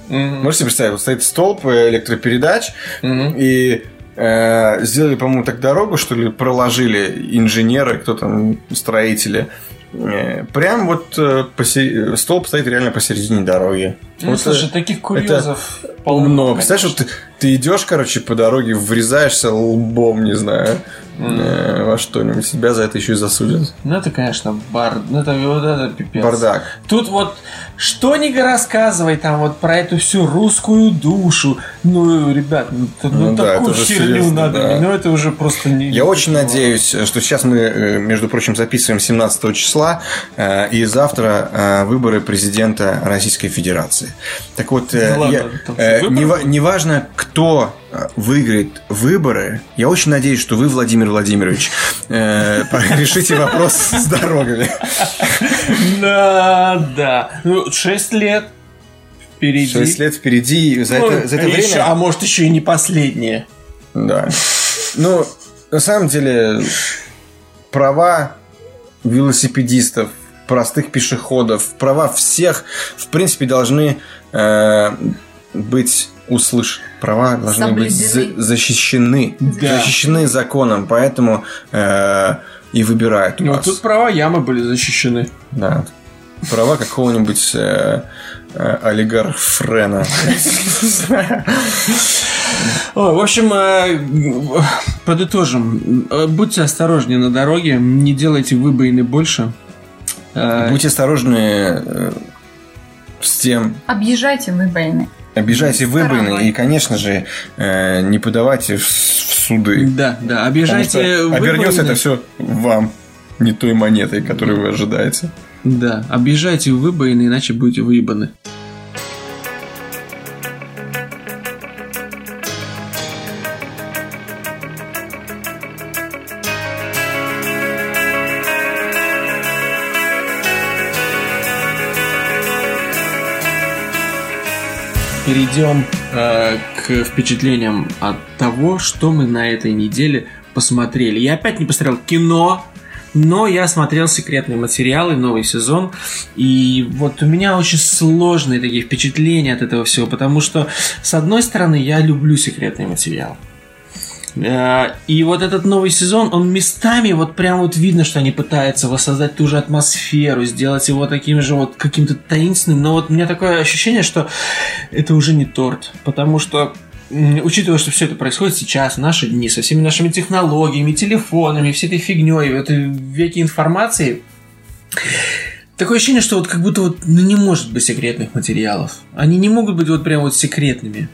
Можете представить, вот стоит столб э, электропередач,
Мгм.
и э, сделали, по-моему, так дорогу, что ли, проложили инженеры, кто там, строители. Э, прям вот э, посе- э, столб стоит реально посередине дороги.
Ну,
Вот,
слушай,
э,
таких курьезов полно.
умно. Представляешь,
конечно.
вот ты Ты идешь, короче, по дороге, врезаешься лбом, не знаю, э, во что-нибудь. Тебя за это еще и засудят.
Ну это, конечно, бар... Ну это, вот это пипец.
Бардак.
Тут вот что ни рассказывай там вот про эту всю русскую душу. Ну, ребят, ну, т- ну,
Ну да,
такую
это уже
херню
серьезно,
надо.
да.
Ну это уже просто не...
Я очень надеюсь, э, что сейчас мы, э, между прочим, записываем 17 числа, э, и завтра э, выборы президента Российской Федерации. Так вот, э,
Ну ладно,
я-
там
э,
выборы
нева- неважно, кто э, выиграет выборы, я очень надеюсь, что вы, Владимир Владимирович, э, решите вопрос с дорогами.
Да, да. Ну, 6 лет впереди.
6 лет впереди, и за
Ну,
это, за это
и ещё-
время...
а может еще и не последнее.
Да. Ну, на самом деле, права велосипедистов, простых пешеходов, права всех, в принципе, должны э, быть услышаны. Права должны быть за-
Соблюдены.
защищены.
Да.
Защищены законом, поэтому э, и выбирают
Ну,
нас.
тут права ямы были защищены.
Да. Права какого-нибудь э, э, олигархфрена.
Ой, в общем, э, подытожим. Э, Будьте осторожнее на дороге, не делайте выбоины больше. Э,
Будьте осторожны э, с тем,
Объезжайте вы, больны.
Обижайте выборы
Второй.
и, конечно же, э, не подавайте в, с- в суды.
Да, да,
Потому что
обижайте
Обернется
выбоины.
это все вам, не той монетой, которую вы ожидаете.
Да, обижайте выбоины, иначе будете выебаны. Перейдем э, к впечатлениям от того, что мы на этой неделе посмотрели. Я опять не посмотрел кино, но я смотрел секретные материалы, новый сезон, и вот у меня очень сложные такие впечатления от этого всего, потому что, с одной стороны, я люблю секретные материалы. Э, И вот этот новый сезон, он местами вот прям вот видно, что они пытаются воссоздать ту же атмосферу, сделать его таким же вот каким-то таинственным, но вот у меня такое ощущение, что это уже не торт, потому что м, учитывая, что все это происходит сейчас, в наши дни, со всеми нашими технологиями, телефонами, всей этой фигней, в этой веке информации, такое ощущение, что вот как будто вот ну, не может быть секретных материалов. Они не могут быть вот прям вот секретными.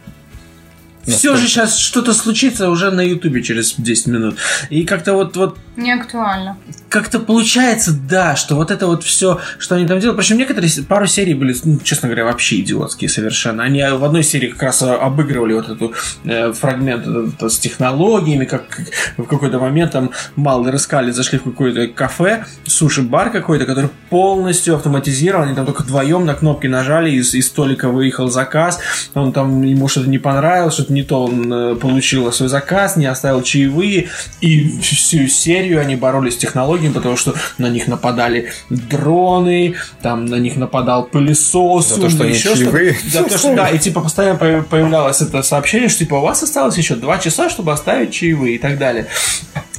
Все же сейчас что-то случится уже на Ютубе через 10 минут. И как-то вот, вот
Не актуально.
как-то получается, да, что вот это вот все, что они там делают. Причем некоторые с- пару серий были, ну, честно говоря, вообще идиотские совершенно. Они а, в одной серии как раз э, обыгрывали вот эту э, фрагмент э, это с технологиями, как как в какой-то момент там мало раскали, зашли в какое-то кафе, суши-бар какой-то, который полностью автоматизирован. Они там только вдвоем на кнопки нажали, из, из столика выехал заказ. Он там ему что-то не понравилось, что-то не то он э, получил свой заказ, не оставил чаевые. И всю серию они боролись с технологиями, потому что на них нападали дроны, там на них нападал пылесос,
За то, что
ну,
они
ещё что-то.
чаевые.
Да, потому что, да, и типа постоянно появ- появлялось это сообщение, что типа у вас осталось еще два часа, чтобы оставить чаевые и так далее.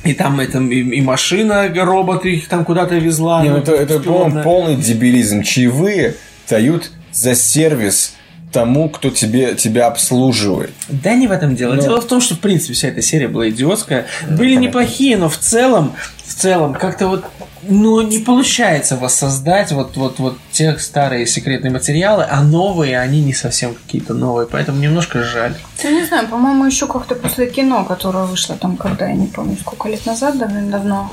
И там это, и, и машина, робот их там куда-то везла.
Не, ну
ну,
это, это, по-моему,
беспилотная.
полный дебилизм. Чаевые дают за сервис тому, кто тебе, тебя обслуживает.
Да не в этом дело.
Ну.
Дело в том, что в принципе вся эта серия была идиотская. Были
понятно.
неплохие, но в целом, в целом как-то вот ну, не получается воссоздать вот, вот, вот те старые секретные материалы, а новые, они не совсем какие-то новые, поэтому немножко жаль.
Я не знаю, по-моему, еще как-то после кино, которое вышло там, когда я не помню, сколько лет назад, давно-давно,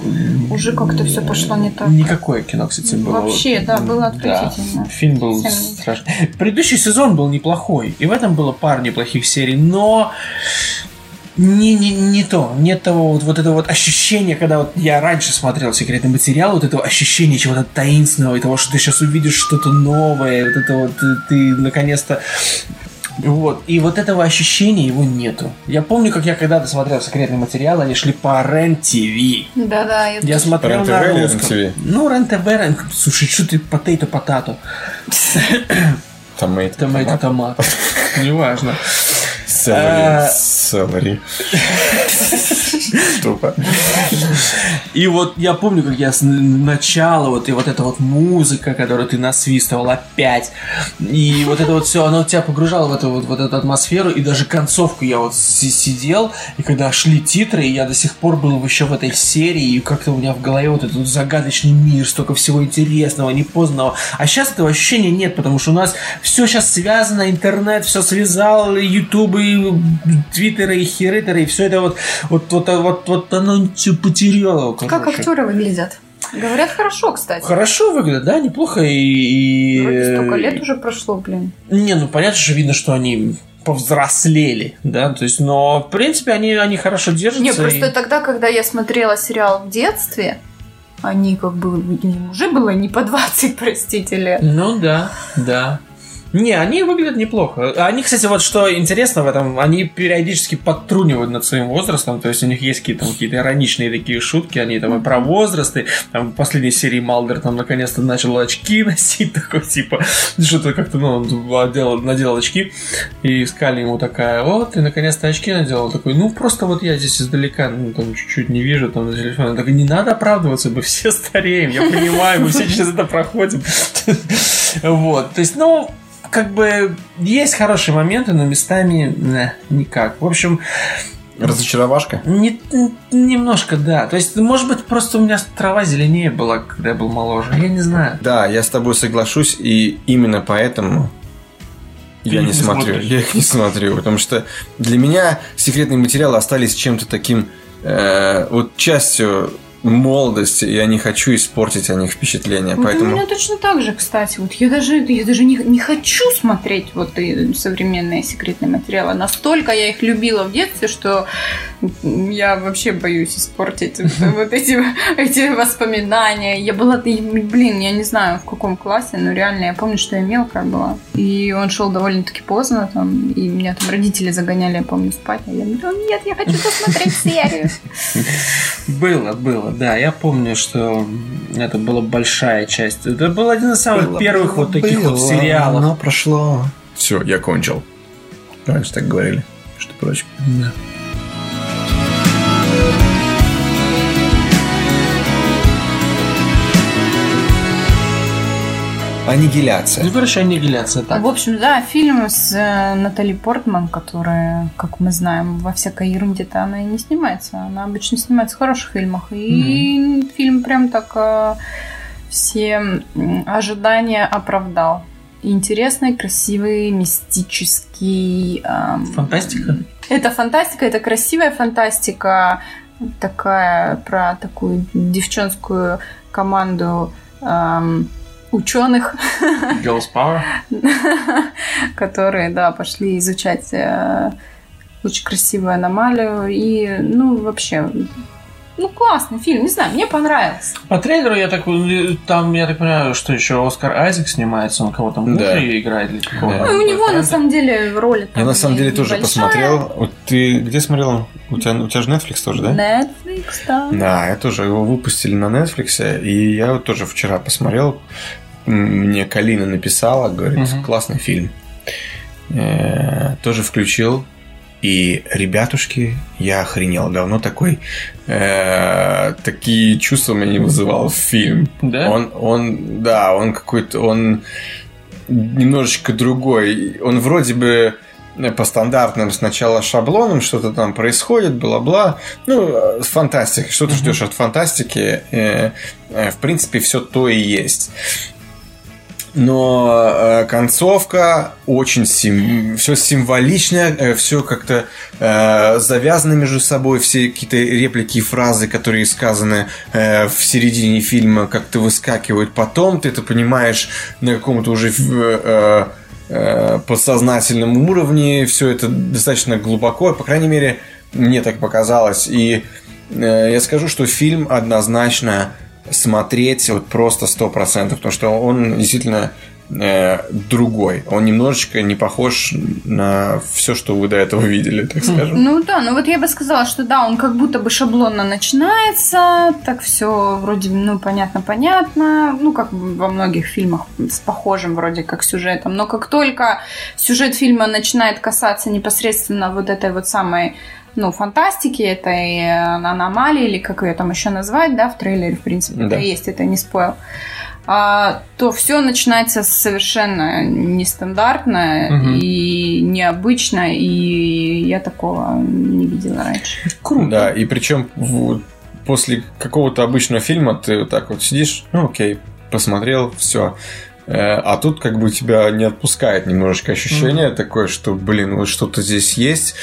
уже как-то все пошло не так.
Э, Никакое кино, кстати, было.
Вообще, да, было отвратительно.
Фильм был
Совсем не
страшный. Предыдущий сезон был неплохой, и в этом было пару неплохих серий, но не, не, не то. Нет того вот, вот этого вот ощущения, когда вот я раньше смотрел секретный материал, вот этого ощущения чего-то таинственного, и того, что ты сейчас увидишь что-то новое, вот это вот э, ты, ты наконец-то вот, и вот этого ощущения его нету. Я помню, как я когда-то смотрел секретный материал, они шли по РЕН-ТВ.
Да-да, я...
Я смотрел
РЕН-ТВ
на
или
русском.
РЕН-ТВ?
Ну, РЕН-ТВ, Рен... Слушай, что ты потейто-потато?
Там это
Томато-томато. Неважно.
целый
А,
с-
salary. Тупо.
И вот я помню, как я с н- начала, вот и вот эта вот музыка, которую ты насвистывал опять, и вот это вот все, оно тебя погружало в эту вот, вот эту атмосферу, и даже концовку я вот си- сидел, и когда шли титры, и я до сих пор был еще в этой серии, и как-то у меня в голове вот этот вот загадочный мир, столько всего интересного, непознанного. А сейчас этого ощущения нет, потому что у нас все сейчас связано, интернет все связал, и ютубы, и твиттеры, и херитеры, и все это вот, вот, вот, вот, вот оно все потеряло.
А Как
короче.
актеры выглядят? Говорят, хорошо, кстати.
Хорошо выглядит, да, неплохо и... и-
Вроде столько лет уже прошло, блин.
Не, ну понятно, что видно, что они повзрослели, да, то есть, но в принципе они, они хорошо держатся.
Не,
и-
просто тогда, когда я смотрела сериал в детстве, они как бы им уже было не по 20, простите, лет.
Ну да, да. Не, они выглядят неплохо. Они, кстати, вот что интересно в этом, они периодически подтрунивают над своим возрастом, то есть у них есть какие-то какие ироничные такие шутки, они там и про возрасты, там в последней серии Малдер там наконец-то начал очки носить, такой типа, что-то как-то, ну, он одел- наделал очки, и Скали ему такая, вот, ты наконец-то очки наделал, Он такой, ну, просто вот я здесь издалека, ну, там, чуть-чуть не вижу, там, на телефоне, так, не надо оправдываться, мы все стареем, я понимаю, мы все через это проходим, вот, то есть, ну, как бы есть хорошие моменты, но местами э, никак. В общем,
Разочаровашка?
не- н- немножко да. То есть, может быть, просто у меня трава зеленее была, когда я был моложе. Я не знаю.
Да, я с тобой соглашусь, и именно поэтому
Ты
я
их
не
не
смотрю.
смотришь.
Я их не смотрю, потому что для меня секретные материалы остались чем-то таким, э, вот частью молодости, и я не хочу испортить о них впечатление,
Вот у
поэтому...
Ну, меня точно так же, кстати. Вот я даже, я даже не, не хочу смотреть вот и современные секретные материалы. Настолько я их любила в детстве, что я вообще боюсь испортить вот вот эти, эти воспоминания. Я была, и, блин, я не знаю в каком классе, но реально я помню, что я мелкая была. И он шел довольно-таки поздно, там, и меня там родители загоняли, я помню, спать. А я говорила, нет, я хочу посмотреть серию.
Было, было, да. Я помню, что это была большая часть. Это был один из самых первых вот таких вот сериалов.
Но прошло. Все, я кончил. Раньше так говорили. Что прочее.
Да.
Аннигиляция.
Ну, короче, аннигиляция, так.
В общем, да, фильм с э, Натали Портман, которая, как мы знаем, во всякой ерунде-то она и не снимается. Она обычно снимается в хороших фильмах. И фильм прям так э, все м, ожидания оправдал. Интересный, красивый, мистический. эм,
Фантастика.
Это фантастика, это красивая фантастика, такая про такую девчонскую команду эм, ученых,
Girls Power.
которые, да, пошли изучать э, очень красивую аномалию. И, ну, вообще, ну, классный фильм, не знаю, мне понравился.
По трейлеру я так э, там, я так понимаю, что еще Оскар Айзек снимается, он кого там мужа
Да.
играет или какого
Да.
Ну, и у него, на самом деле, роли
Я на самом деле тоже посмотрел. Вот ты где смотрел? У тебя, у тебя же Netflix тоже, да?
Netflix, да.
Да, я тоже его выпустили на Netflix, и я вот тоже вчера посмотрел. М, Мне Калина написала, говорит,
Мгм.
классный фильм. Э, Тоже включил. И, ребятушки, я охренел. Давно такой... э, такие чувства у меня не вызывал фильм.
Да?
Он, он, да, он какой-то, он немножечко другой. Он вроде бы э, по стандартным сначала шаблонам что-то там происходит, бла-бла. Ну, э, фантастика. Что ты
Мгм.
ждешь от фантастики? Э, э, В принципе, все то и есть. Но э, концовка очень сим... все символичное, все как-то э, завязано между собой, все какие-то реплики и фразы, которые сказаны э, в середине фильма, как-то выскакивают потом, ты это понимаешь на каком-то уже э, э, подсознательном уровне, все это достаточно глубоко, по крайней мере, мне так показалось. И э, я скажу, что фильм однозначно смотреть вот просто 100%, потому что он действительно э, другой. Он немножечко не похож на все, что вы до этого видели, так скажем.
Ну да, ну вот я бы сказала, что да, он как будто бы шаблонно начинается, так все вроде, ну, понятно-понятно, ну, как во многих фильмах с похожим вроде как сюжетом, но как только сюжет фильма начинает касаться непосредственно вот этой вот самой ну, фантастики, этой э, аномалии, или как ее там еще назвать, да, в трейлере, в принципе, это
Да.
есть, это не спойл, а, то все начинается совершенно нестандартно
Мгм.
и необычно, и я такого не видела раньше.
Да, и причем в- после какого-то обычного фильма ты вот так вот сидишь, ну окей, посмотрел, все. А тут как бы тебя не отпускает немножечко ощущение такое, что, блин, вот что-то здесь есть,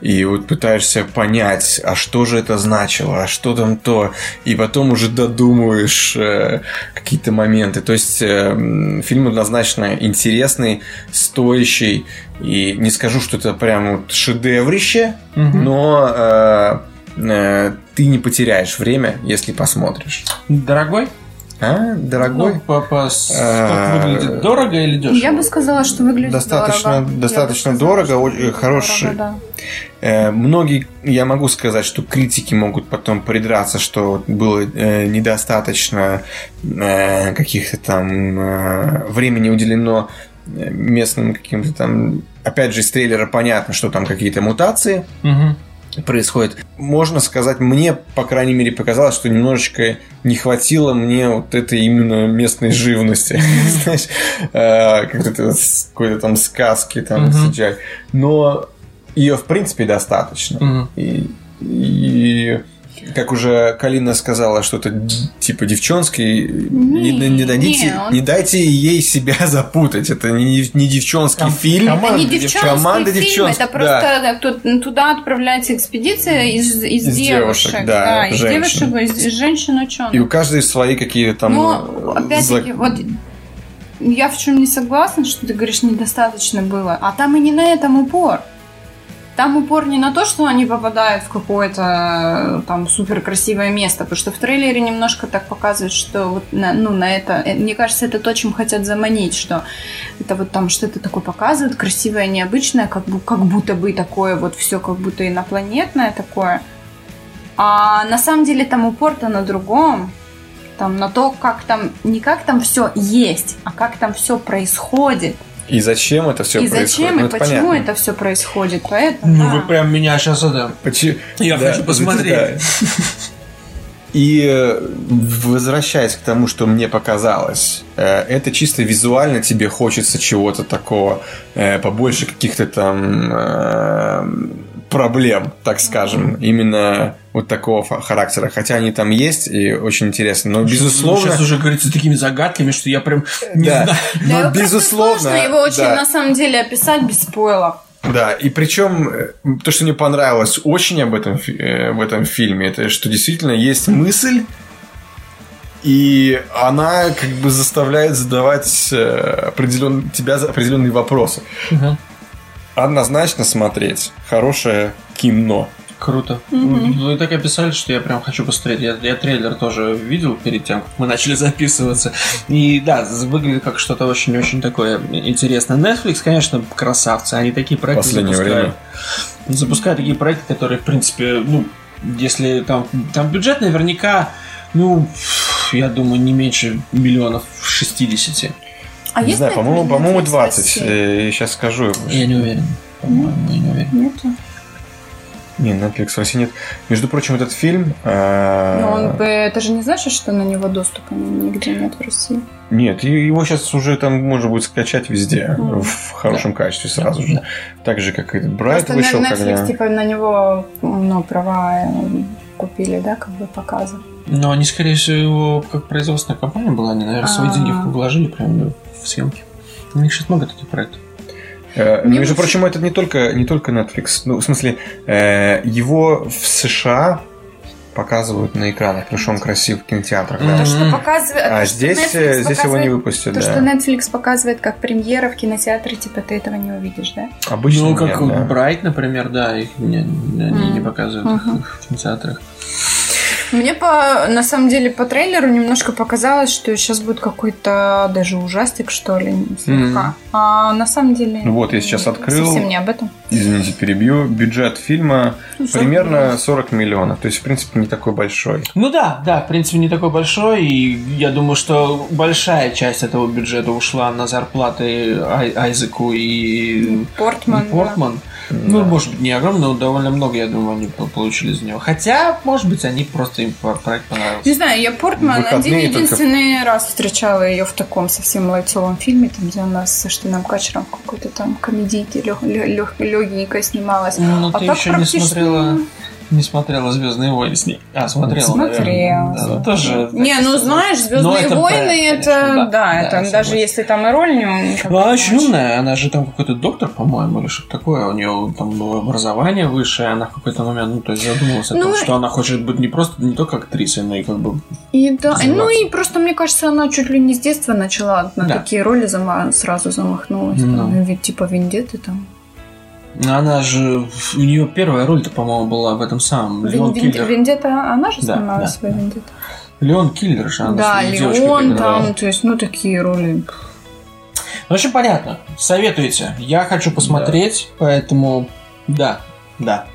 и вот пытаешься понять, а что же это значило, а что там то, и потом уже додумываешь э, какие-то моменты. То есть э, м, фильм однозначно интересный, стоящий, и не скажу, что это прям вот шедеврище,
Мгм.
но э, э, ты не потеряешь время, если посмотришь.
Ну, Дорогой?
А, дорогой?
Ну, по- по- с-
Э,
как выглядит? Дорого или дешево?
Я бы сказала, что выглядит
Достаточно-
дорого.
достаточно
Я бы сказала,
дорого,
что
о- э,
выглядит
хороший.
дорого,
Э, многие, я могу сказать, что критики могут потом придраться, что было э, недостаточно э, каких-то там э, времени уделено э, местным каким-то там... Опять же, из трейлера понятно, что там какие-то мутации,
Мгм.
происходит. Можно сказать, мне, по крайней мере, показалось, что немножечко не хватило мне вот этой именно местной живности. Знаешь, э, как это, с- какой-то там сказки, там,
Мгм.
CGI. Но ее, в принципе, достаточно.
Мгм.
И- И как уже Калина сказала, что-то д- типа девчонский, не, не- не дадите,
не, он-
не дайте ей себя запутать. Это не, не девчонский
Ком-
фильм.
да. Это не
девчонок.
девчонский
Команда
фильм,
девчонок,
это просто тут- ну, туда отправляется экспедиция из, из,
Из
девушек,
девушек, да,
из
женщин.
девушек, из, из женщин-ученых.
И у каждой свои какие-то там...
Но,
э,
опять-таки,
зак-
вот я в чем не согласна, что ты говоришь, недостаточно было. А там и не на этом упор. Там упор не на то, что они попадают в какое-то э, там супер красивое место, потому что в трейлере немножко так показывают, что вот на, ну на это, э, мне кажется, это то, чем хотят заманить, что это вот там что-то такое показывают, красивое, необычное, как, бу- как будто бы такое вот все, как будто инопланетное такое. А на самом деле там упор-то на другом, там на то, как там, не как там все есть, а как там все происходит.
И зачем это все
и
происходит?
зачем,
Ну,
и почему
понятно.
это все происходит. Поэтому,
Ну,
да.
вы прям меня сейчас это...
Почи-
Я
Да,
хочу
да,
посмотреть.
да. И э, возвращаясь к тому, что мне показалось, э, это чисто визуально тебе хочется чего-то такого, э, побольше каких-то там э, проблем, так скажем, именно вот такого фа- характера. Хотя они там есть и очень интересно, но безусловно,
Ну, Сейчас уже говорится такими загадками, что я прям не
Да.
знаю.
Да, его
но
просто
ну, безусловно,
сложно его очень
да.
на самом деле описать без спойлов.
Да, и причем то, что мне понравилось очень об этом, фи- э, в этом фильме, это что действительно есть мысль, и она как бы заставляет задавать э, определен- тебя за- определенные вопросы.
Мгм.
Однозначно смотреть хорошее кино.
Круто. Вы так описали, что я прям хочу посмотреть. Я, я трейлер тоже видел перед тем, как мы начали записываться. И да, з- выглядит как что-то очень-очень такое интересное. Netflix, конечно, красавцы. Они такие проекты
Последнее
запускают. Запускают такие проекты, которые, в принципе, ну, если там, там бюджет наверняка, ну, я думаю, не меньше миллионов 60.
А
не
есть
знаю,
на это
по-моему,
Netflix
по-моему, 20.
вообще?
сейчас скажу.
Я не уверен. По-моему, я не уверен.
Нету.
Не, Netflix в России нет. Между прочим, этот фильм... э,
Но Ну, он бы- это же не значит, что на него доступа нигде нет в России.
Нет, и- его сейчас уже там можно будет скачать везде
Мгм.
в хорошем качестве сразу же.
Да.
Так же, как и Брайт
Просто
вышел,
на Netflix,
когда...
типа, на него ну, права э, купили, да, как бы показы.
Но они, скорее всего, как производственная компания была, они, наверное, свои
А.
деньги вложили прям в съемки. У них сейчас много таких проектов.
Э,
Мне
между
вообще-
прочим, это не только, не только Netflix. Ну, в смысле, э, его в США показывают на экранах, потому что он красив в кинотеатрах. да.
То, что
Мгм.
показывает...
А здесь, э, здесь его не выпустят,
То,
да.
что Netflix показывает как премьера в кинотеатре, типа, ты этого не увидишь, да?
Обычно
ну,
нет,
как
да.
Брайт, например, да, их не, не- они не показывают их
Мгм.
в кинотеатрах.
Мне по, на самом деле по трейлеру немножко показалось, что сейчас будет какой-то даже ужастик, что ли, слегка. А на самом деле...
Ну вот, я сейчас открыл.
Совсем не об этом. Ну,
Извините, перебью. Бюджет фильма примерно 40 миллионов. То есть, в принципе, не такой большой.
Ну да, да, в принципе, не такой большой, и я думаю, что большая часть этого бюджета ушла на зарплаты Ай- Айзеку и
ну, Портман. да.
Портман. Ну, может быть, не огромное, но довольно много, я думаю, они по- получили за него. Хотя, может быть, они просто им по- проект понравился.
Не знаю, я Портман один
Выходные только.
единственный раз встречала ее в таком совсем лайтовом фильме, там, где она со Штаном Качером в какой-то там комедийке лег- лег- лег- легенькой снималась.
Ну,
А
ты
так
еще не
практически-
смотрела. Не смотрела Звездные войны с ней. А, смотрела. наверное.
Смотрела,
Да, ну, тоже.
Не, ну знаешь,
Но
Звездные
это
войны
проект,
это
конечно,
да,
да,
это
да,
даже
согласен.
если там и роль не у- как
Ну,
бы
она
не
очень
очень.
умная, она же там какой-то доктор, по-моему, или что-то такое. У нее там было образование высшее, она в какой-то момент, ну, то есть задумалась о
Ну,
том, что она хочет быть не просто, не только актрисой, но и как бы...
И да,
развиваться.
ну и просто мне кажется, она чуть ли не с детства начала на
Да.
такие роли зама- сразу замахнулась.
Ну.
Там, ведь типа Вендетты там.
Она же... У нее первая роль-то, по-моему, была в этом самом
Вен-
Леон
Вен-
Киллер.
Вендетта, она же
Да,
снималась
да,
в Вендетте.
Леон Киллер же, она
Да,
с этой девочкой
Леон
играла.
там, то есть, ну, такие роли.
Ну, в общем, понятно. Советуете. Я хочу посмотреть, поэтому да, да.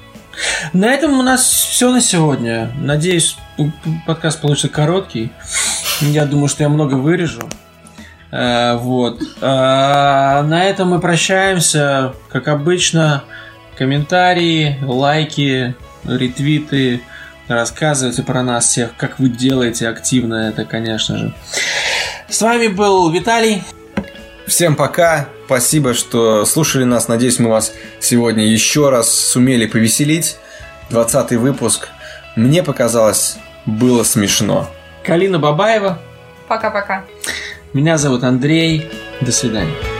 На этом у нас все на сегодня. Надеюсь, п- п- подкаст получится короткий. Я думаю, что я много вырежу. Э, вот. А, на этом мы прощаемся. Как обычно, комментарии, лайки, ретвиты. Рассказывайте про нас всех, как вы делаете активно это, конечно же. С вами был Виталий.
Всем пока. Спасибо, что слушали нас. Надеюсь, мы вас сегодня еще раз сумели повеселить. 20 выпуск. Мне показалось, было смешно.
Калина Бабаева.
Пока-пока.
Меня зовут Андрей. До свидания.